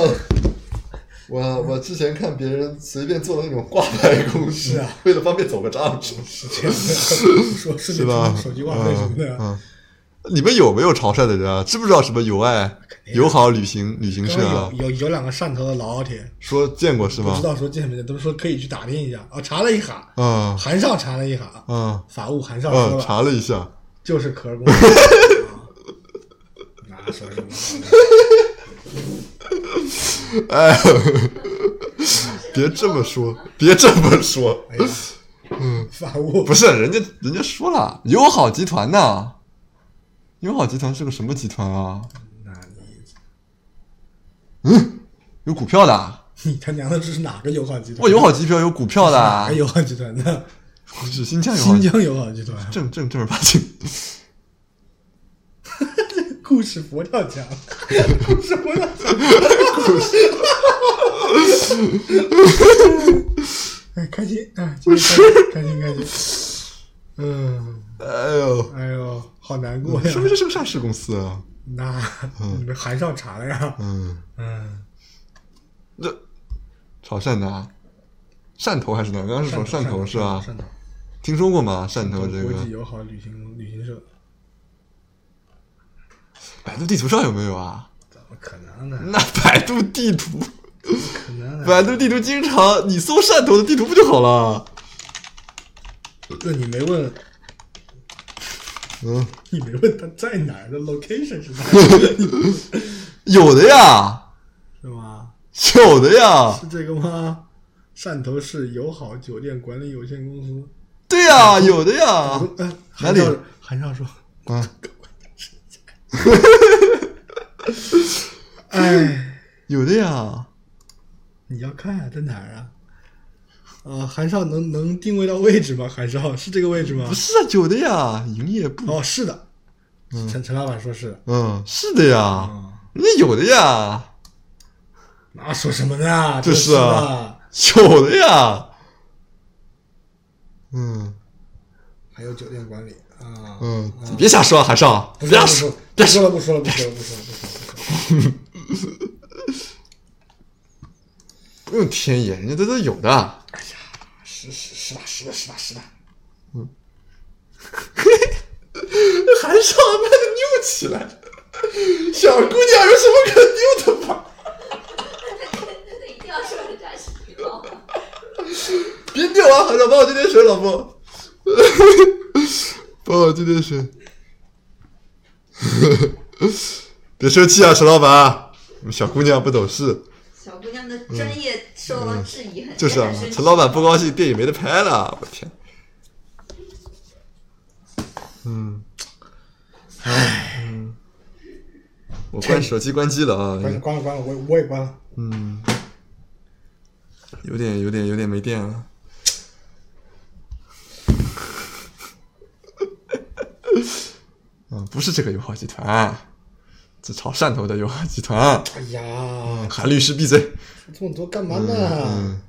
我我之前看别人随便做的那种挂牌公司，
是啊
为了方便走个账，
是这样的，说是
是吧？
手机话费什么的。
嗯，嗯你们有没有潮汕的人啊？知不知道什么友爱、
定啊
友好旅行旅行
刚
社啊
刚？有有有两个汕头的老老铁，
说见过是
不
吗
知？道说见没见，都说可以去打听一下。啊，查了一下，
啊
韩少查了一下，
啊
法务韩少说
啊！
了，
查了一下，
就是壳儿公司。啊那说什么好呢？
哎， 别这么说，别这么说，
哎呀， 法务
嗯 不是人家人家说了，友好集团呐。友好集团是个什么集团啊？
那你
有股票的啊，
你他娘的这是哪个友好集团？
哦我友好集团有股票的啊
哪个，友好集团的？
不是新疆友好
新疆友好集团，
正正正儿八经。
故事佛跳墙，故事佛跳墙，哎，开心啊，今天开心开心开心，嗯，
哎呦，
哎呦，好难过呀
哎说，明这是嗯个上市公司啊。
那你们韩少查了呀？
嗯，
嗯，
这潮汕的啊，汕头还是哪儿？刚刚是说
汕
汕头是吧？
汕头，
听说过吗？汕头
汕
这
头国
个，
际友好旅行旅行社，
百度地图上有没有啊？
怎么可能呢？
那百度地图，
可能呢？
百度地图经常你搜汕头的地图不就好了？
那你没问，
嗯，
你没问他在哪儿的 location 是 哪里，
有的呀，
是吗？
有的呀，
是这个吗？汕头市友好酒店管理有限公司。
对呀，有的呀。
呃，
啊哪里
韩少韩少说
嗯，：“
哎，
有的呀。
你要看啊，在哪儿啊？啊，韩少能能定位到位置吗？韩少是这个位置吗
不？是啊，有的呀，营业部。
哦，是的。陈陈老板说是的。
嗯，是的呀，
啊，
人家有的呀，
那说什么呢？
这
是
是啊有的呀。嗯
还有酒店管理啊。
嗯
啊，
别瞎说啊，海少，不
不说
要
了
说，
不说了，不说了，不说了，不说了，不说了。
不用天眼，人家这都有的。
是是是吧？是的，是吧？是的。
韩少他妈的扭起来，小姑娘有什么可扭的吧？
那一定要说人家是皮包吗？
别扭啊，韩少，帮我接点水，老婆， 帮我接点水。 别生气啊，沈老板，我们小姑娘不懂事。
小姑娘的专业受到质疑很，
就是啊
很生，气
陈老板不高兴，电影没得拍了，我天。嗯，唉，嗯，我关手机关机了啊，
关了，关了，关了，我也我也关了。
嗯，有点有点有点没电了。 嗯，不是这个友好集团，这潮汕头的友好集团。
哎呀，
韩律师闭嘴。
这么多干嘛呢？
嗯，